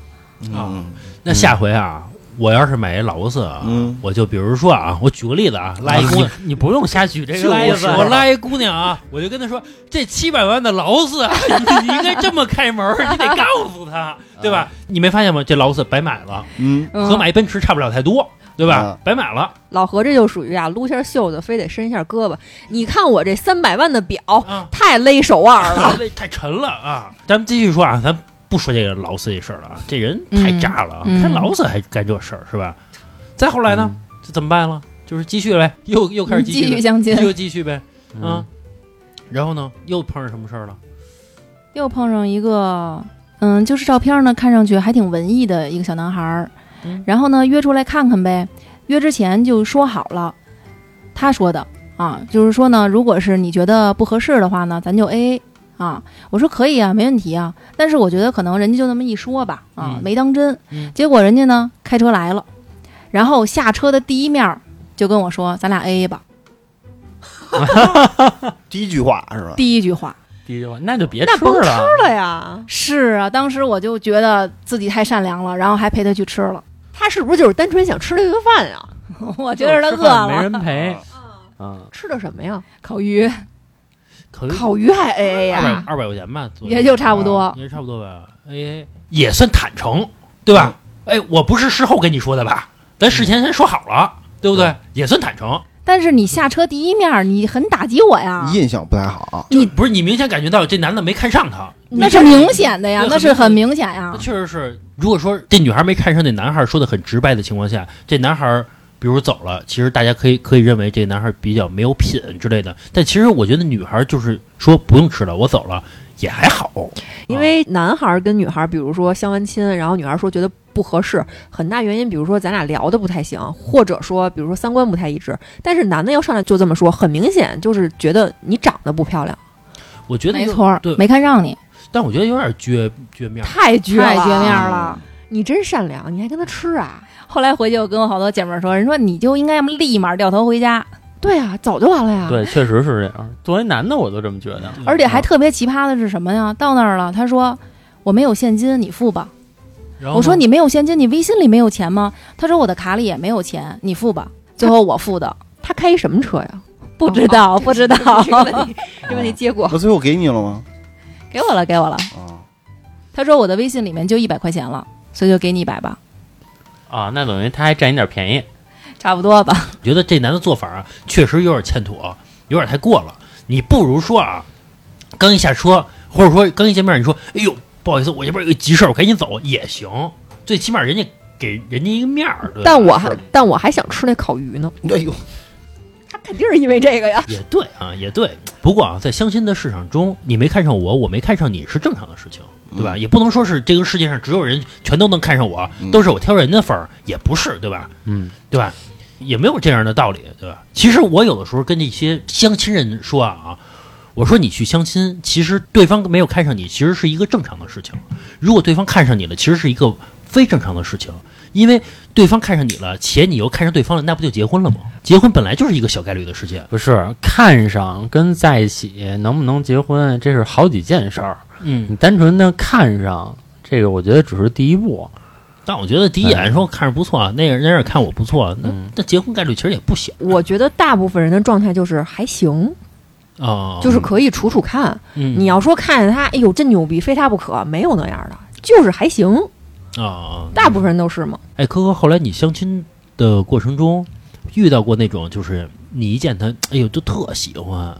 Speaker 2: 啊，那下回啊，我要是买一劳斯啊，
Speaker 3: 嗯
Speaker 2: 我就比如说啊，我举个例子啊，拉一姑
Speaker 4: 你
Speaker 2: 娘。
Speaker 4: 你不用瞎举这个
Speaker 2: 拉
Speaker 4: 例
Speaker 2: 一
Speaker 4: 子，
Speaker 2: 我拉一姑娘啊，我就跟她说，这七百万的劳斯啊，你应该这么开门儿，你得告诉她，对
Speaker 4: 啊
Speaker 2: 吧？你没发现吗？这劳斯白买了，
Speaker 3: 嗯，
Speaker 2: 和买一奔驰差不了太多，对吧
Speaker 3: 嗯？
Speaker 2: 白买了，”
Speaker 6: 老何这就属于啊，撸下袖子非得伸一下胳膊。你看我这三百万的表，
Speaker 2: 啊，
Speaker 6: 太勒手腕儿了。
Speaker 2: 太沉了啊！咱们继续说啊，咱不说这个劳斯这事儿了啊，这人太炸了啊，
Speaker 5: 嗯嗯
Speaker 2: 开劳斯还干这事儿是吧？再后来呢，
Speaker 4: 嗯
Speaker 2: 这怎么办了？就是继续呗，又又开始
Speaker 5: 嗯继续
Speaker 2: 续
Speaker 5: 相亲
Speaker 2: 呗，，又继续呗，
Speaker 4: 嗯
Speaker 2: 啊，，然后呢，又碰上什么事儿了？
Speaker 5: 又碰上一个，嗯，就是照片呢，看上去还挺文艺的一个小男孩儿，
Speaker 2: 嗯
Speaker 5: 然后呢约出来看看呗，约之前就说好了，他说的啊，就是说呢，如果是你觉得不合适的话呢，咱就 A A。啊，我说可以啊，没问题啊，但是我觉得可能人家就那么一说吧，啊，
Speaker 2: 嗯
Speaker 5: 没当真。
Speaker 2: 嗯
Speaker 5: 结果人家呢开车来了，然后下车的第一面儿就跟我说：“咱俩 A A 吧。
Speaker 3: 第一句话是”吧？
Speaker 5: 第一句话，
Speaker 4: 第一句话，那就别
Speaker 6: 那
Speaker 4: 吃
Speaker 6: 甭吃
Speaker 4: 了。
Speaker 6: 了呀。
Speaker 5: 是啊，当时我就觉得自己太善良了，然后还陪他去吃了。
Speaker 6: 他是不是就是单纯想吃那顿饭呀？
Speaker 5: 我
Speaker 4: 我
Speaker 5: 觉得他饿
Speaker 4: 没
Speaker 5: 了，
Speaker 4: 人陪。
Speaker 6: 啊，
Speaker 4: 嗯，
Speaker 6: 吃的什么呀？
Speaker 5: 烤鱼
Speaker 2: 可以
Speaker 6: 烤鱼还 AA
Speaker 2: 二百
Speaker 6: 呀？
Speaker 2: 二百块钱吧，左右啊
Speaker 5: 也就差不多。
Speaker 2: 也差不多吧。哎，也算坦诚，对
Speaker 5: 嗯
Speaker 2: 吧？哎，我不是事后跟你说的吧？咱事前先说好
Speaker 5: 嗯
Speaker 2: 了，对不对？也算坦诚。
Speaker 5: 但是你下车第一面，你很打击我呀，
Speaker 3: 印象不太好。
Speaker 2: 就不是你明显感觉到这男的没看上她，
Speaker 5: 那是明显的呀，
Speaker 2: 那
Speaker 5: 那是很明显呀
Speaker 2: 那。确实是。如果说这女孩没看上那男孩，说的很直白的情况下，这男孩比如走了，其实大家可以可以认为这男孩比较没有品之类的。但其实我觉得女孩就是说不用吃了，我走了也还好。
Speaker 6: 因为男孩儿跟女孩儿，比如说相完亲，然后女孩儿说觉得不合适，很大原因，比如说咱俩聊的不太行，或者说比如说三观不太一致。但是男的要上来就这么说，很明显就是觉得你长得不漂亮，
Speaker 2: 我觉得
Speaker 5: 没
Speaker 2: 就
Speaker 5: 错儿
Speaker 2: 对，，
Speaker 5: 没看上你，
Speaker 2: 但我觉得有点撅撅面儿。
Speaker 6: 太绝
Speaker 5: 太
Speaker 6: 了
Speaker 5: 绝面儿了。
Speaker 6: 你真善良，你还跟他吃啊？
Speaker 5: 后来回去，我跟我好多姐妹儿说，人说你就应该立马掉头回家，
Speaker 6: 对啊，早就完了呀。，
Speaker 4: 对，确实是这样。作为男的，我都这么觉得。
Speaker 2: 嗯
Speaker 5: 而且还特别奇葩的是什么呀？到那儿了，他说我没有现金，你付吧。
Speaker 2: 然后
Speaker 5: 我说
Speaker 2: 呢
Speaker 5: 你没有现金，你微信里没有钱吗？他说我的卡里也没有钱，你付 吧。最后我付的，哦
Speaker 6: 他开一什么车呀？
Speaker 5: 不知道，不知道，
Speaker 6: 这个问题，这问题结果
Speaker 3: 啊那最后给你了吗？
Speaker 5: 给我了，给我了。
Speaker 3: 啊，
Speaker 5: 他说我的微信里面就一百块钱了，所以就给你一百吧，
Speaker 4: 啊，那等于他还占你点便宜。
Speaker 5: 差不多吧。
Speaker 2: 觉得这男的做法啊，确实有点欠妥，有点太过了。你不如说啊，刚一下车，或者说刚一见面，你说：“哎呦，不好意思，我这边有个急事儿，我赶紧走。”也行，最起码人家给人家一个面儿。对吧
Speaker 6: 但我还但我还想吃那烤鱼呢，
Speaker 3: 哎呦，
Speaker 6: 他 肯定是因为这个呀。
Speaker 2: 也对啊，也对。不过啊，在相亲的市场中，你没看上我，我没看上你是正常的事情，对吧？也不能说是这个世界上只有人全都能看上我，
Speaker 3: 嗯
Speaker 2: 都是我挑人的份儿，也不是，对吧？
Speaker 4: 嗯，
Speaker 2: 对吧？也没有这样的道理，对吧？其实我有的时候跟那些相亲人说啊，我说你去相亲，其实对方没有看上你，其实是一个正常的事情。如果对方看上你了，其实是一个非正常的事情，因为对方看上你了，且你又看上对方了，那不就结婚了吗？结婚本来就是一个小概率的事件。
Speaker 4: 不是看上跟在一起能不能结婚，这是好几件事儿。
Speaker 2: 嗯，
Speaker 4: 你单纯的看上这个，我觉得只是第一步。
Speaker 2: 但我觉得第一眼说看着不错啊，那个人那人也看我不错啊，那
Speaker 4: 嗯
Speaker 2: 那结婚概率其实也不小
Speaker 6: 我觉得大部分人的状态就是还行，
Speaker 2: 啊。
Speaker 6: 就是可以处处看。你
Speaker 2: 你
Speaker 6: 要说看见他，哎呦真牛逼，非他不可，没有那样的，就是还行。
Speaker 2: 啊，
Speaker 6: 大部分人都是嘛。
Speaker 2: 哎，科科，后来你相亲的过程中遇到过那种，就是你一见他，哎呦，就特喜欢，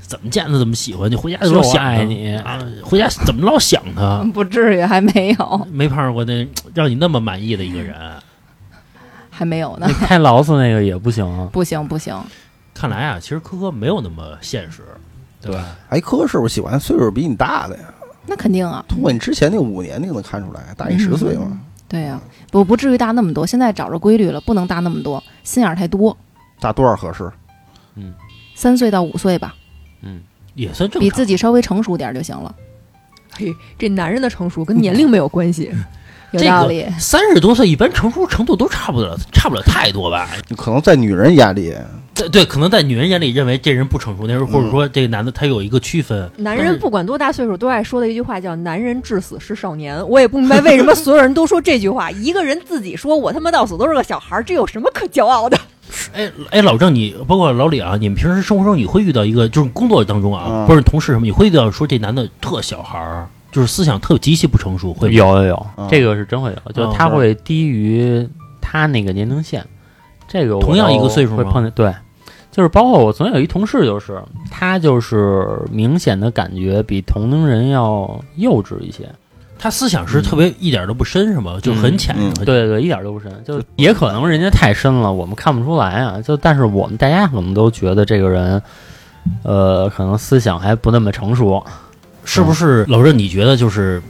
Speaker 2: 怎么见他怎么喜欢，你回家就老
Speaker 4: 就
Speaker 2: 想
Speaker 4: 爱
Speaker 2: 他
Speaker 4: 你
Speaker 2: 啊，回家怎么老想他？
Speaker 5: 不至于，还没有，
Speaker 2: 没碰上过那让你那么满意的一个人，
Speaker 5: 还没有呢
Speaker 4: 那。开劳斯那个也不行啊。
Speaker 5: 不行不行，
Speaker 2: 看来啊，其实科科没有那么现实，对吧？
Speaker 3: 哎，科是不是喜欢岁数比你大的呀？
Speaker 5: 那肯定啊，
Speaker 3: 通过你之前那五年，你就能看出来，大你十岁嘛。
Speaker 5: 对呀、不不至于大那么多。现在找着规律了，不能大那么多，心眼儿太多。
Speaker 3: 大多少合适？
Speaker 5: 三岁到五岁吧，
Speaker 2: 也算正常。
Speaker 5: 比自己稍微成熟点儿就行了。
Speaker 6: 嘿，这男人的成熟跟年龄没有关系，
Speaker 5: 有
Speaker 2: 这
Speaker 5: 道
Speaker 2: 个
Speaker 5: 理，
Speaker 2: 三十多岁，一般成熟程度都差不了，差不了太多吧？
Speaker 3: 可能在女人眼里，
Speaker 2: 对对，可能在女人眼里认为这人不成熟，那时候或者说这个男的他有一个区分，
Speaker 6: 男人不管多大岁数都爱说的一句话叫“男人至死是少年”。我也不明白为什么所有人都说这句话，一个人自己说我他妈到死都是个小孩儿，这有什么可骄傲的？
Speaker 2: 哎哎，老郑你，包括老李啊，你们平时生活中你会遇到一个，就是工作当中啊，
Speaker 3: 嗯
Speaker 2: 或者同事什么，你会遇到说这男的特小孩儿，就是思想特极其不成熟，会吗
Speaker 4: 有有有
Speaker 3: 嗯，
Speaker 4: 这个是真会有，就
Speaker 2: 嗯
Speaker 4: 是他会低于他那个年龄线。这个我
Speaker 2: 同样一个
Speaker 4: 倒
Speaker 2: 岁数
Speaker 4: 会
Speaker 2: 吗
Speaker 4: 碰见，对，就是包括我总有一同事，就是他就是明显的感觉比同龄人要幼稚一些。
Speaker 2: 他思想是
Speaker 4: 嗯
Speaker 2: 特别一点都不深，是吗？就很浅，
Speaker 3: 嗯
Speaker 2: 很，
Speaker 4: 对对，一点都不深，就也可能人家太深了，我们看不出来啊。就但是我们大家可能都觉得这个人，呃，可能思想还不那么成熟。
Speaker 2: 是不是？老郑，你觉得就是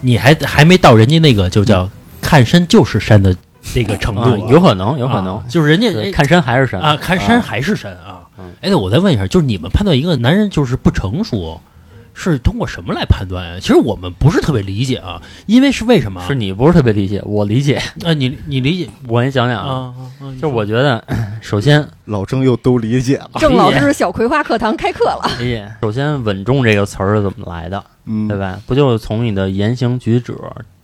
Speaker 2: 你还还没到人家那个就叫看山就是山的那个程度啊、
Speaker 4: 嗯啊，有可能，有可能
Speaker 2: 啊，就是人家
Speaker 4: 对
Speaker 2: 哎
Speaker 4: 看山还是山
Speaker 2: 啊，
Speaker 4: 嗯
Speaker 2: 看山还是山啊。哎，那我再问一下，就是你们判断一个男人就是不成熟，是通过什么来判断啊呀？其实我们不是特别理解啊，因为是为什么啊？
Speaker 4: 是你不是特别理解，我理解。
Speaker 2: 啊，你你理解
Speaker 4: 我给你讲讲啊，
Speaker 2: 啊？啊啊你
Speaker 4: 就
Speaker 2: 说
Speaker 4: 是我觉得， 首先
Speaker 3: 老郑又都理解了，
Speaker 6: 郑老
Speaker 4: 理解
Speaker 6: 师小葵花课堂开课了，
Speaker 4: 理解，哎首先“稳重”这个词儿是怎么来的，
Speaker 3: 嗯，
Speaker 4: 对吧？不就是从你的言行举止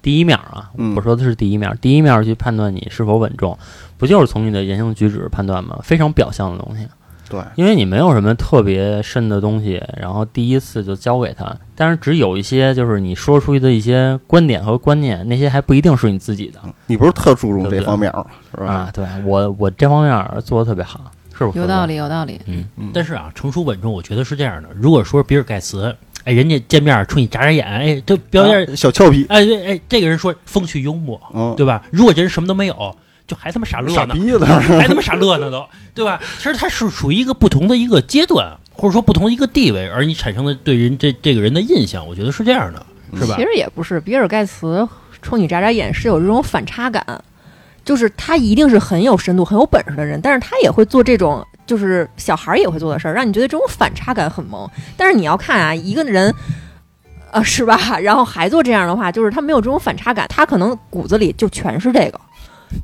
Speaker 4: 第一面啊？
Speaker 3: 嗯
Speaker 4: 我说的是第一面，第一面去判断你是否稳重，不就是从你的言行举止判断吗？非常表象的东西。
Speaker 3: 对，
Speaker 4: 因为你没有什么特别深的东西，然后第一次就教给他，但是只有一些就是你说出去的一些观点和观念，那些还不一定是你自己的
Speaker 3: 你不是特注重
Speaker 4: 对
Speaker 3: 这
Speaker 4: 对
Speaker 3: 方面儿是
Speaker 2: 嗯
Speaker 3: 吧？
Speaker 4: 啊。对我，我这方面儿做的特别好，是不是？
Speaker 5: 有道。理，有道理。
Speaker 2: 但是啊，成熟稳重，我觉得是这样的。如果说比尔盖茨，哎，人家见面冲你眨眨眼，哎，就表演，
Speaker 3: 啊小俏皮，
Speaker 2: 哎对哎，这个人说风趣幽默，
Speaker 3: 嗯，
Speaker 2: 对吧？如果这人什么都没有，就还他妈傻乐
Speaker 3: 傻
Speaker 2: 呢，
Speaker 3: 逼 了，
Speaker 2: 还他妈傻乐呢都，对吧？其实他是属于一个不同的一个阶段，或者说不同一个地位，而你产生的对人这这个人的印象，我觉得是这样的，是吧
Speaker 6: 其？实也不是，比尔盖茨冲你眨眨眼是有这种反差感，就是他一定是很有深度、很有本事的人，但是他也会做这种就是小孩儿也会做的事儿，让你觉得这种反差感很萌。但是你要看啊，一个人。呃，是吧？然后还做这样的话，就是他没有这种反差感，他可能骨子里就全是这个，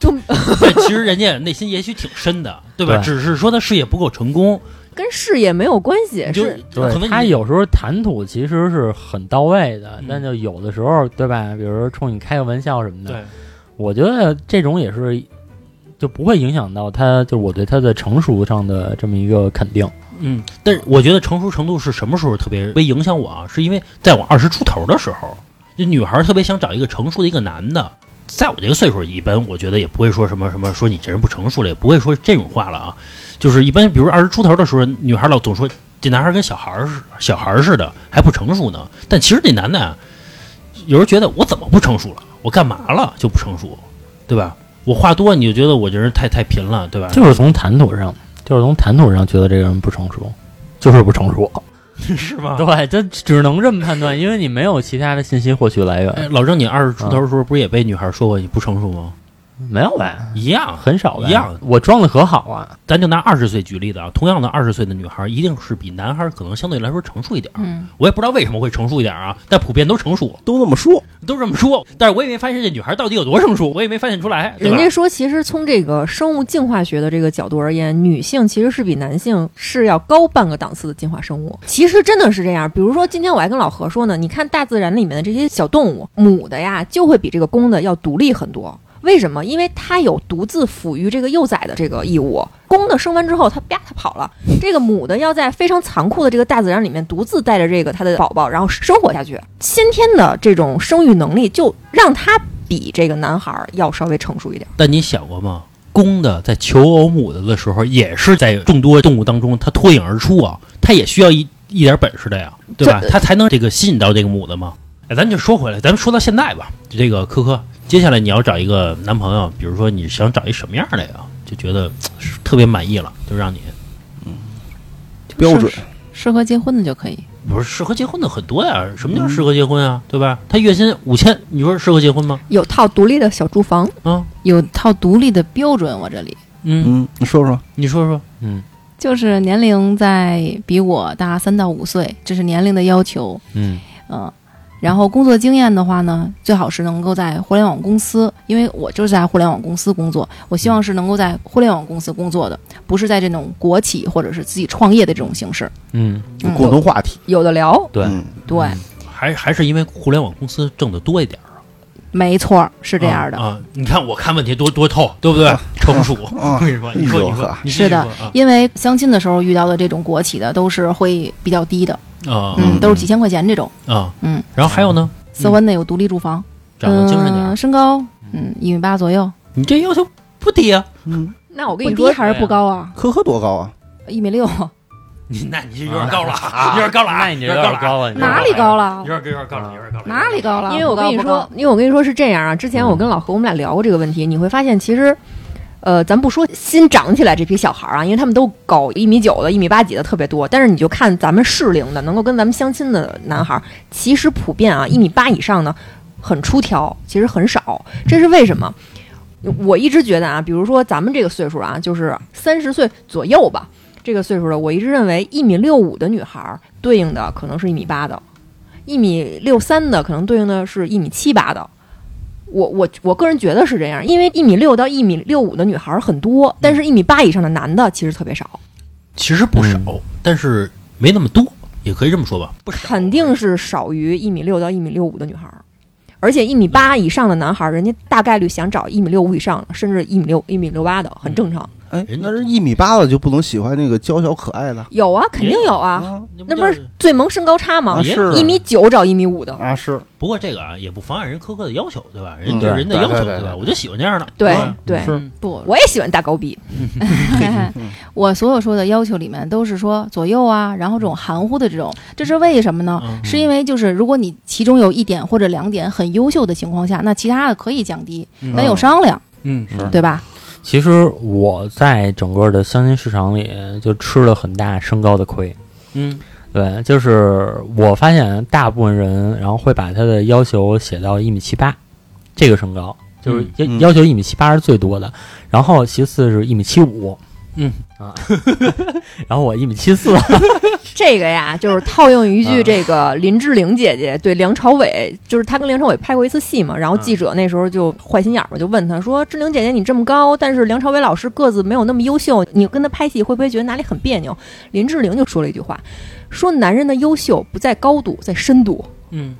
Speaker 6: 就
Speaker 2: 但 其实人家内心也许挺深的，对吧？
Speaker 4: 对
Speaker 2: 只是说他事业不够成功，
Speaker 6: 跟事业没有关系，
Speaker 2: 你就是可能
Speaker 4: 对
Speaker 2: 你
Speaker 4: 他有时候谈吐其实是很到位的
Speaker 2: 嗯，
Speaker 4: 但就有的时候，对吧？比如说冲你开个玩笑什么的，
Speaker 2: 对
Speaker 4: 我觉得这种也是就不会影响到他，就是我对他的成熟上的这么一个肯定。
Speaker 2: 嗯，但是我觉得成熟程度是什么时候特别会影响我啊？是因为在我二十出头的时候，就女孩儿特别想找一个成熟的一个男的。在我这个岁数，一般我觉得也不会说什么什么说你这人不成熟了，也不会说这种话了啊。就是一般，比如二十出头的时候，女孩儿老总说这男孩儿跟小孩儿似小孩儿似的，还不成熟呢。但其实这男的啊，有时候觉得我怎么不成熟了？我干嘛了就不成熟，对吧？我话多你就觉得我这人太太贫了，对吧？
Speaker 4: 就是从谈吐上，就是从谈吐上觉得这个人不成熟，就是不成熟。
Speaker 2: 是吗
Speaker 4: 对，这只能这么判断，因为你没有其他的信息获取来
Speaker 2: 哎，
Speaker 4: 源，
Speaker 2: 老郑，你二十出头的
Speaker 4: 嗯
Speaker 2: 时候不是也被女孩说过你不成熟吗？
Speaker 4: 没有呗，
Speaker 2: 一样，
Speaker 4: 很少呗。
Speaker 2: 一样
Speaker 4: 我装的可好啊，
Speaker 2: 咱就拿二十岁举例子啊，同样的二十岁的女孩，一定是比男孩可能相对来说成熟一点儿。
Speaker 5: 嗯，
Speaker 2: 我也不知道为什么会成熟一点儿啊，但普遍都成熟，
Speaker 3: 都那么说，
Speaker 2: 都这么说。但是我也没发现这女孩到底有多成熟，我也没发现出来，对
Speaker 6: 人
Speaker 2: 吧？
Speaker 6: 家说，其实从这个生物进化学的这个角度而言，女性其实是比男性是要高半个档次的进化生物。其实真的是这样。比如说，今天我还跟老何说呢，你看大自然里面的这些小动物，母的呀就会比这个公的要独立很多。为什么？因为它有独自抚育这个幼崽的这个义务。公的生完之后，它啪，它跑了。这个母的要在非常残酷的这个大自然里面独自带着这个它的宝宝，然后生活下去。先天的这种生育能力，就让它比这个男孩儿要稍微成熟一点。
Speaker 2: 但你想过吗？公的在求偶母的的时候，也是在众多动物当中，它脱颖而出啊，它也需要一一点本事的呀，对吧？
Speaker 6: 这
Speaker 2: 它才能这个吸引到这个母的嘛。哎，咱就说回来，咱们说到现在吧，就这个科科，接下来你要找一个男朋友，比如说你想找一什么样的呀？就觉得嘖特别满意了，就让你
Speaker 3: 标准
Speaker 5: 适合结婚的就可以。
Speaker 2: 不是适合结婚的很多呀？什么叫适合结婚啊？对吧？他月薪五千，你说适合结婚吗？
Speaker 6: 有套独立的小住房，
Speaker 2: 啊，
Speaker 5: 有套独立的标准，我这里
Speaker 2: 嗯，
Speaker 3: 嗯，你说说，
Speaker 2: 你说说，
Speaker 4: 嗯
Speaker 5: 就是年龄在比我大三到五岁，这是年龄的要求。
Speaker 4: 嗯，
Speaker 5: 嗯，然后工作经验的话呢，最好是能够在互联网公司，因为我就是在互联网公司工作，我希望是能够在互联网公司工作的，不是在这种国企或者是自己创业的这种形式。
Speaker 4: 嗯，
Speaker 5: 嗯，
Speaker 3: 共同话题，
Speaker 6: 有的聊。
Speaker 4: 对
Speaker 3: 嗯
Speaker 5: 对，
Speaker 2: 还还是因为互联网公司挣的多一点。
Speaker 5: 没错，是这样的。
Speaker 2: 啊啊你看我看问题多多透，对不对？成熟，
Speaker 3: 啊
Speaker 2: 我跟你说，你说你说，你继续
Speaker 5: 是的
Speaker 2: 说啊
Speaker 5: 因为相亲的时候遇到的这种国企的都是会比较低的，
Speaker 2: 啊
Speaker 5: 嗯，
Speaker 3: 嗯
Speaker 5: 都是几千块钱这种。
Speaker 2: 啊，
Speaker 5: 嗯，
Speaker 2: 然后还有呢，
Speaker 5: 四婚的有独立住房，
Speaker 2: 长得精神点
Speaker 5: 嗯
Speaker 2: 儿，
Speaker 5: 身高嗯一米八左右，
Speaker 2: 呃你这要求不低啊，
Speaker 3: 嗯，
Speaker 6: 那我跟
Speaker 5: 不
Speaker 6: 你
Speaker 5: 低
Speaker 6: 说，
Speaker 5: 还是不高啊？
Speaker 3: 科科多高啊？
Speaker 5: 一米六，
Speaker 2: 嗯你那你这有点高了啊，有点高了啊，
Speaker 4: 那你这
Speaker 2: 有点
Speaker 4: 有点
Speaker 2: 高啊
Speaker 4: 高了，你这
Speaker 5: 哪里高了
Speaker 2: 有？点有点高了，有点高了，
Speaker 5: 哪里高了？
Speaker 6: 因为我跟你
Speaker 5: 不高嗯
Speaker 6: 说，，因为我跟你说是这样啊。之前我跟老何我们俩聊过这个问题，你会发现其实。呃，咱不说新长起来这批小孩儿啊，因为他们都高，一米九的、一米八几的特别多。但是你就看咱们适龄的，能够跟咱们相亲的男孩儿，其实普遍啊，一米八以上呢，很出挑，其实很少。这是为什么？我一直觉得啊，比如说咱们这个岁数啊，就是三十岁左右吧，这个岁数的，我一直认为一米六五的女孩儿对应的可能是一米八的，一米六三的可能对应的是一米七八的。我我我个人觉得是这样，因为一米六到一米六五的女孩儿很多，但是一米八以上的男的其实特别少，
Speaker 2: 其实不少，
Speaker 4: 嗯
Speaker 2: 但是没那么多，也可以这么说吧，不少，
Speaker 6: 肯定是少于一米六到一米六五的女孩儿。而且一米八以上的男孩儿，人家大概率想找一米六五以上，甚至一米六、一米六八的，很正常。
Speaker 3: 哎，
Speaker 2: 人家
Speaker 3: 那是一米八的就不能喜欢那个娇小可爱的
Speaker 6: 有啊，肯定有啊，
Speaker 3: 啊
Speaker 2: 那
Speaker 6: 那
Speaker 2: 不
Speaker 6: 不
Speaker 2: 是
Speaker 6: 是最萌身高差吗
Speaker 3: 啊？是
Speaker 6: 一米九找一米五的，
Speaker 3: 啊是，
Speaker 2: 不过这个啊，也不妨碍人苛刻的要求，对吧？人
Speaker 3: 嗯
Speaker 2: 对人的要求，
Speaker 3: 对对对
Speaker 2: 吧？
Speaker 3: 对
Speaker 2: 我就喜欢这样的，
Speaker 6: 对
Speaker 2: 吧
Speaker 6: 对，
Speaker 3: 是
Speaker 5: 不，
Speaker 6: 我也嗯喜欢大高鼻，
Speaker 5: 我所有说的要求里面都是说左右啊，然后这种含糊的这种，这是为什么呢？
Speaker 2: 嗯
Speaker 5: 哦是因为就是如果你其中有一点或者两点很优秀的情况下，那其他的可以降低，咱有商量，
Speaker 2: 嗯，
Speaker 5: 对吧？
Speaker 4: 其实我在整个的相亲市场里就吃了很大身高的亏。
Speaker 2: 嗯，
Speaker 4: 对，就是我发现大部分人，然后会把他的要求写到一米七八这个身高，就是要、
Speaker 3: 嗯嗯
Speaker 4: 要求一米七八是最多的，然后其次是一米七五，
Speaker 2: 嗯
Speaker 4: 啊， 然后我一米 七四，
Speaker 6: 这个呀，就是套用一
Speaker 5: 啊
Speaker 6: 句
Speaker 4: 嗯
Speaker 6: 这个林志玲姐姐对梁朝伟，就是她跟梁朝伟拍过一次戏嘛，然后记者那时候就坏心眼儿嘛，就问她说：“志玲姐姐你这么高，但是梁朝伟老师个子没有那么优秀，你跟他拍戏会不会觉得哪里很别扭？”林志玲就说了一句话，说男人的优秀不在高度，在深度。
Speaker 2: 嗯，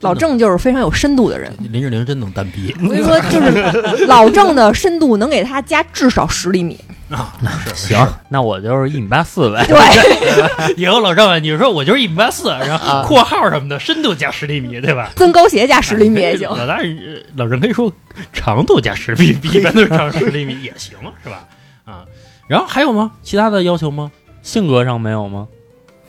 Speaker 6: 老郑就是非常有深度的人，
Speaker 2: 林志玲真能单 逼
Speaker 6: 我跟你说，就是老郑的深度能给他加至少十厘米。
Speaker 2: 啊！是
Speaker 4: 行，那我就是一米八四 呗。
Speaker 6: 对，
Speaker 2: 以后老赵，你说我就是一米八四，然后括号什么的，深度加十厘米，对吧？
Speaker 6: 增高鞋加十厘米也行。
Speaker 2: 哎老大人老人可以说长度加十厘米， 一般都是长十厘米也行，是吧？啊，然后还有吗？其他的要求吗？
Speaker 4: 性格上没有吗？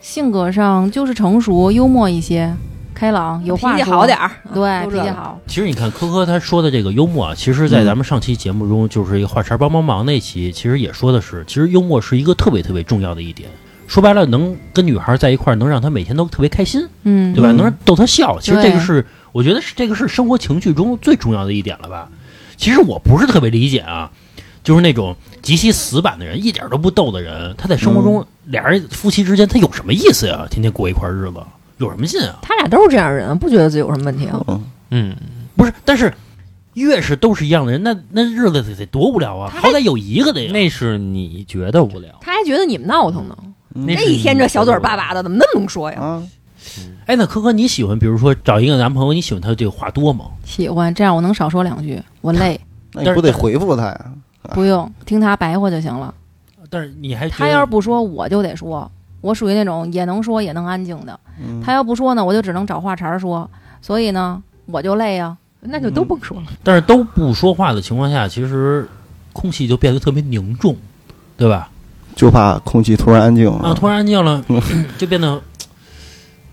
Speaker 5: 性格上就是成熟、幽默一些、开朗，有话
Speaker 6: 脾气
Speaker 5: 说
Speaker 6: 好点，儿，
Speaker 5: 对，
Speaker 6: 都这
Speaker 5: 脾气
Speaker 6: 个
Speaker 5: 好，
Speaker 2: 其实你看科科他说的这个幽默啊，其实，在咱们上期节目中，就是一个话茬帮帮忙那期，其实也说的是，其实幽默是一个特别特别重要的一点。说白了，能跟女孩在一块儿，能让她每天都特别开心，
Speaker 5: 嗯，
Speaker 2: 对吧？
Speaker 3: 嗯
Speaker 2: 能让逗她笑，其实这
Speaker 5: 对
Speaker 2: 个是，我觉得是这个是生活情趣中最重要的一点了吧。其实我不是特别理解啊，就是那种极其死板的人，一点都不逗的人，他在生活
Speaker 6: 嗯
Speaker 2: 中俩人夫妻之间，他有什么意思呀？天天过一块儿日子，有什么劲啊？
Speaker 6: 他俩都是这样人，不觉得自己有什么问题啊？
Speaker 3: 嗯
Speaker 4: 嗯，
Speaker 2: 不是，但是越是都是一样的人，那那日子得得多无聊啊！好歹有一个得
Speaker 4: 那是你觉得无聊，
Speaker 6: 他还觉得你们闹腾呢。
Speaker 4: 那
Speaker 6: 这
Speaker 4: 是
Speaker 6: 一天
Speaker 4: 你
Speaker 6: 这
Speaker 4: 觉
Speaker 6: 小
Speaker 4: 得
Speaker 6: 嘴儿
Speaker 4: 无聊
Speaker 6: 巴巴的，怎么那么能说呀？
Speaker 3: 啊，
Speaker 2: 哎，那科科，你喜欢，比如说找一个男朋友，你喜欢他这个话多吗？
Speaker 5: 喜欢这样，我能少说两句，我累，
Speaker 3: 那你不得回复他呀？
Speaker 5: 不用听他白话就行了。
Speaker 2: 但是你哎还觉
Speaker 5: 他
Speaker 2: 得
Speaker 5: 要是不说，我就得说。我属于那种也能说也能安静的。
Speaker 2: 嗯
Speaker 5: 他要不说呢，我就只能找话茬儿说。所以呢，我就累啊。
Speaker 6: 那就都甭说了。
Speaker 2: 但是都不说话的情况下，其实空气就变得特别凝重，对吧？
Speaker 3: 就怕空气突然安静
Speaker 2: 啊，
Speaker 3: 啊，
Speaker 2: 突然安静了，就变得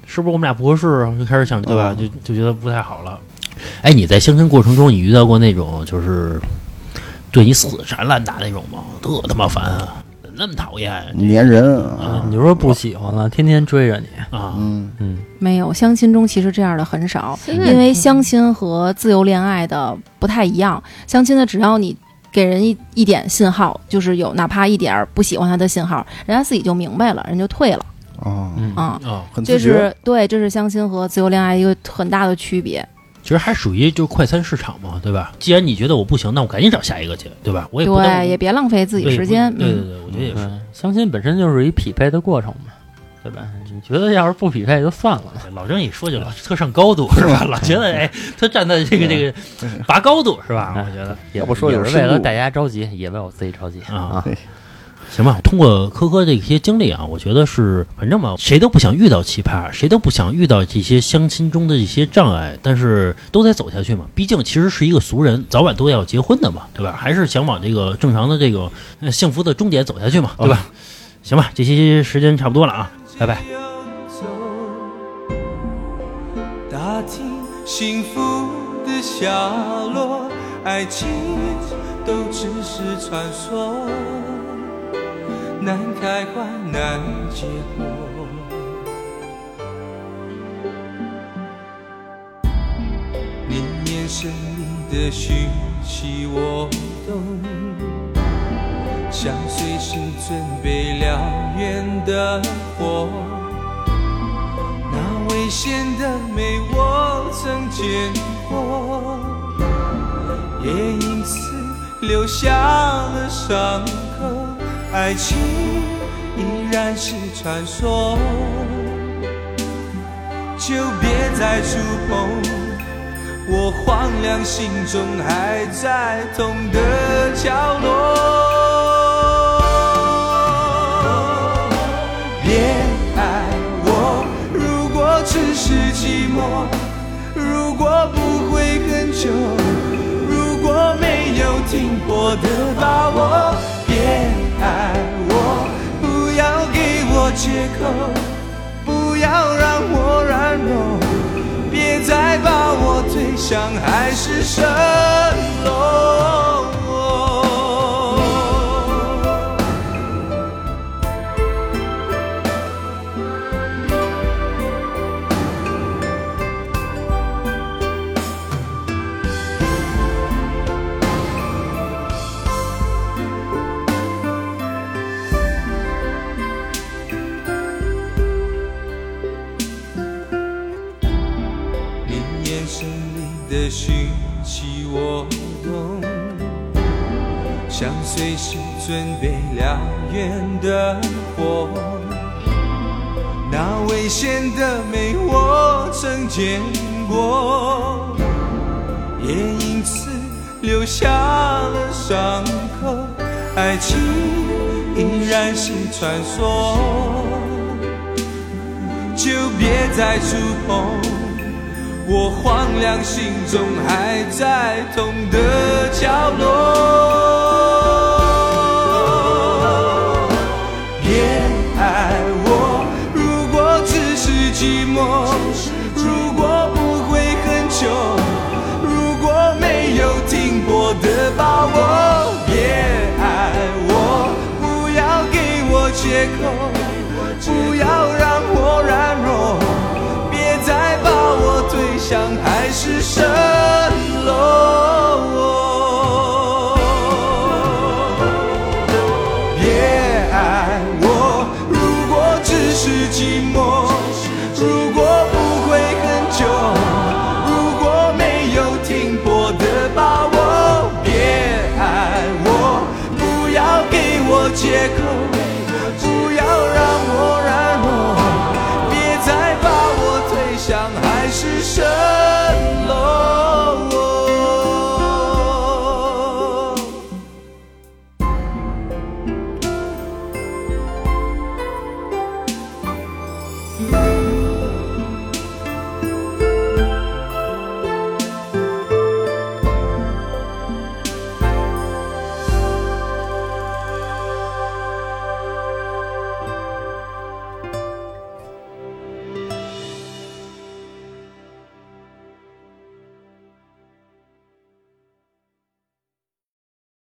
Speaker 2: 是不是我们俩不合适啊？就开始想，对吧？就就觉得不太好了。哎，你在相亲过程中，你遇到过那种就是对你死缠烂打那种吗？特他妈烦啊！怎么那么讨厌啊
Speaker 3: 粘人
Speaker 4: 啊
Speaker 3: 啊，
Speaker 4: 你就说不喜欢了，天天追着你，
Speaker 2: 啊！
Speaker 3: 嗯，
Speaker 4: 嗯，
Speaker 5: 没有相亲中其实这样的很少，
Speaker 6: 在
Speaker 2: 嗯
Speaker 5: 因为相亲和自由恋爱的不太一样。相亲的只要你给人一一点信号，就是有哪怕一点儿不喜欢他的信号，人家自己就明白了，人就退了
Speaker 3: 哦，
Speaker 4: 嗯
Speaker 5: 啊。
Speaker 2: 啊，
Speaker 3: 很
Speaker 5: 这
Speaker 3: 自觉，
Speaker 5: 是对，这是相亲和自由恋爱一个很大的区别。
Speaker 2: 其实还属于就是快餐市场嘛，对吧？既然你觉得我不行，那我赶紧找下一个去，对吧？我也不耽误
Speaker 5: 对，也别浪费自己
Speaker 2: 对
Speaker 5: 时间。
Speaker 2: 对对
Speaker 5: 嗯，
Speaker 2: 对，我觉得也是。
Speaker 4: 对，相亲本身就是一匹配的过程嘛，对吧？你觉得要是不匹配就算了，
Speaker 2: 老郑一说就老特上高度是吧？老觉得哎，他站在这个这个拔高度是吧？
Speaker 4: 哎
Speaker 2: 我觉得
Speaker 4: 也
Speaker 3: 要不说
Speaker 4: 也
Speaker 3: 有
Speaker 4: 是
Speaker 3: 深
Speaker 4: 为了
Speaker 3: 度
Speaker 4: 大家着急，也为我自己着急
Speaker 2: 啊
Speaker 4: 啊。
Speaker 2: 行吧。通过科科这些经历啊，我觉得是反正嘛，谁都不想遇到奇葩，谁都不想遇到这些相亲中的这些障碍，但是都得走下去嘛。毕竟其实是一个俗人，早晚都要结婚的嘛，对吧？还是想往这个正常的这个呃幸福的终点走下去嘛，对吧？行吧，这期时间差不多了啊，拜拜。
Speaker 7: 打听幸福的下落，爱情都只是传说，难开花难结果。你眼神里的讯息我懂，相随是准备燎原的火。那微美鲜的美我曾见过，也因此留下了伤口。爱情依然是传说，就别再触碰我荒凉心中还在痛的角落。别爱我，如果只是寂寞，如果不会很久，如果没有停泊的把握，别爱我，不要给我借口，不要让我软弱，别再把我推向海市蜃楼。你眼神里的讯息我懂，像随时准备燎原的火，那危险的美我曾见过，也因此留下了伤口。爱情依然是传说，就别再触碰。我荒凉心中还在痛的角落。别爱我，如果只是寂寞，如果不会很久，如果没有停泊的把握。别爱我，不要给我借口，不要让我软弱。别再把我推向海市蜃楼。别爱我，如果只是寂寞，如果不会很久，如果没有停泊的把握。别爱我，不要给我借口，不要让我软弱。别再把我推向海市蜃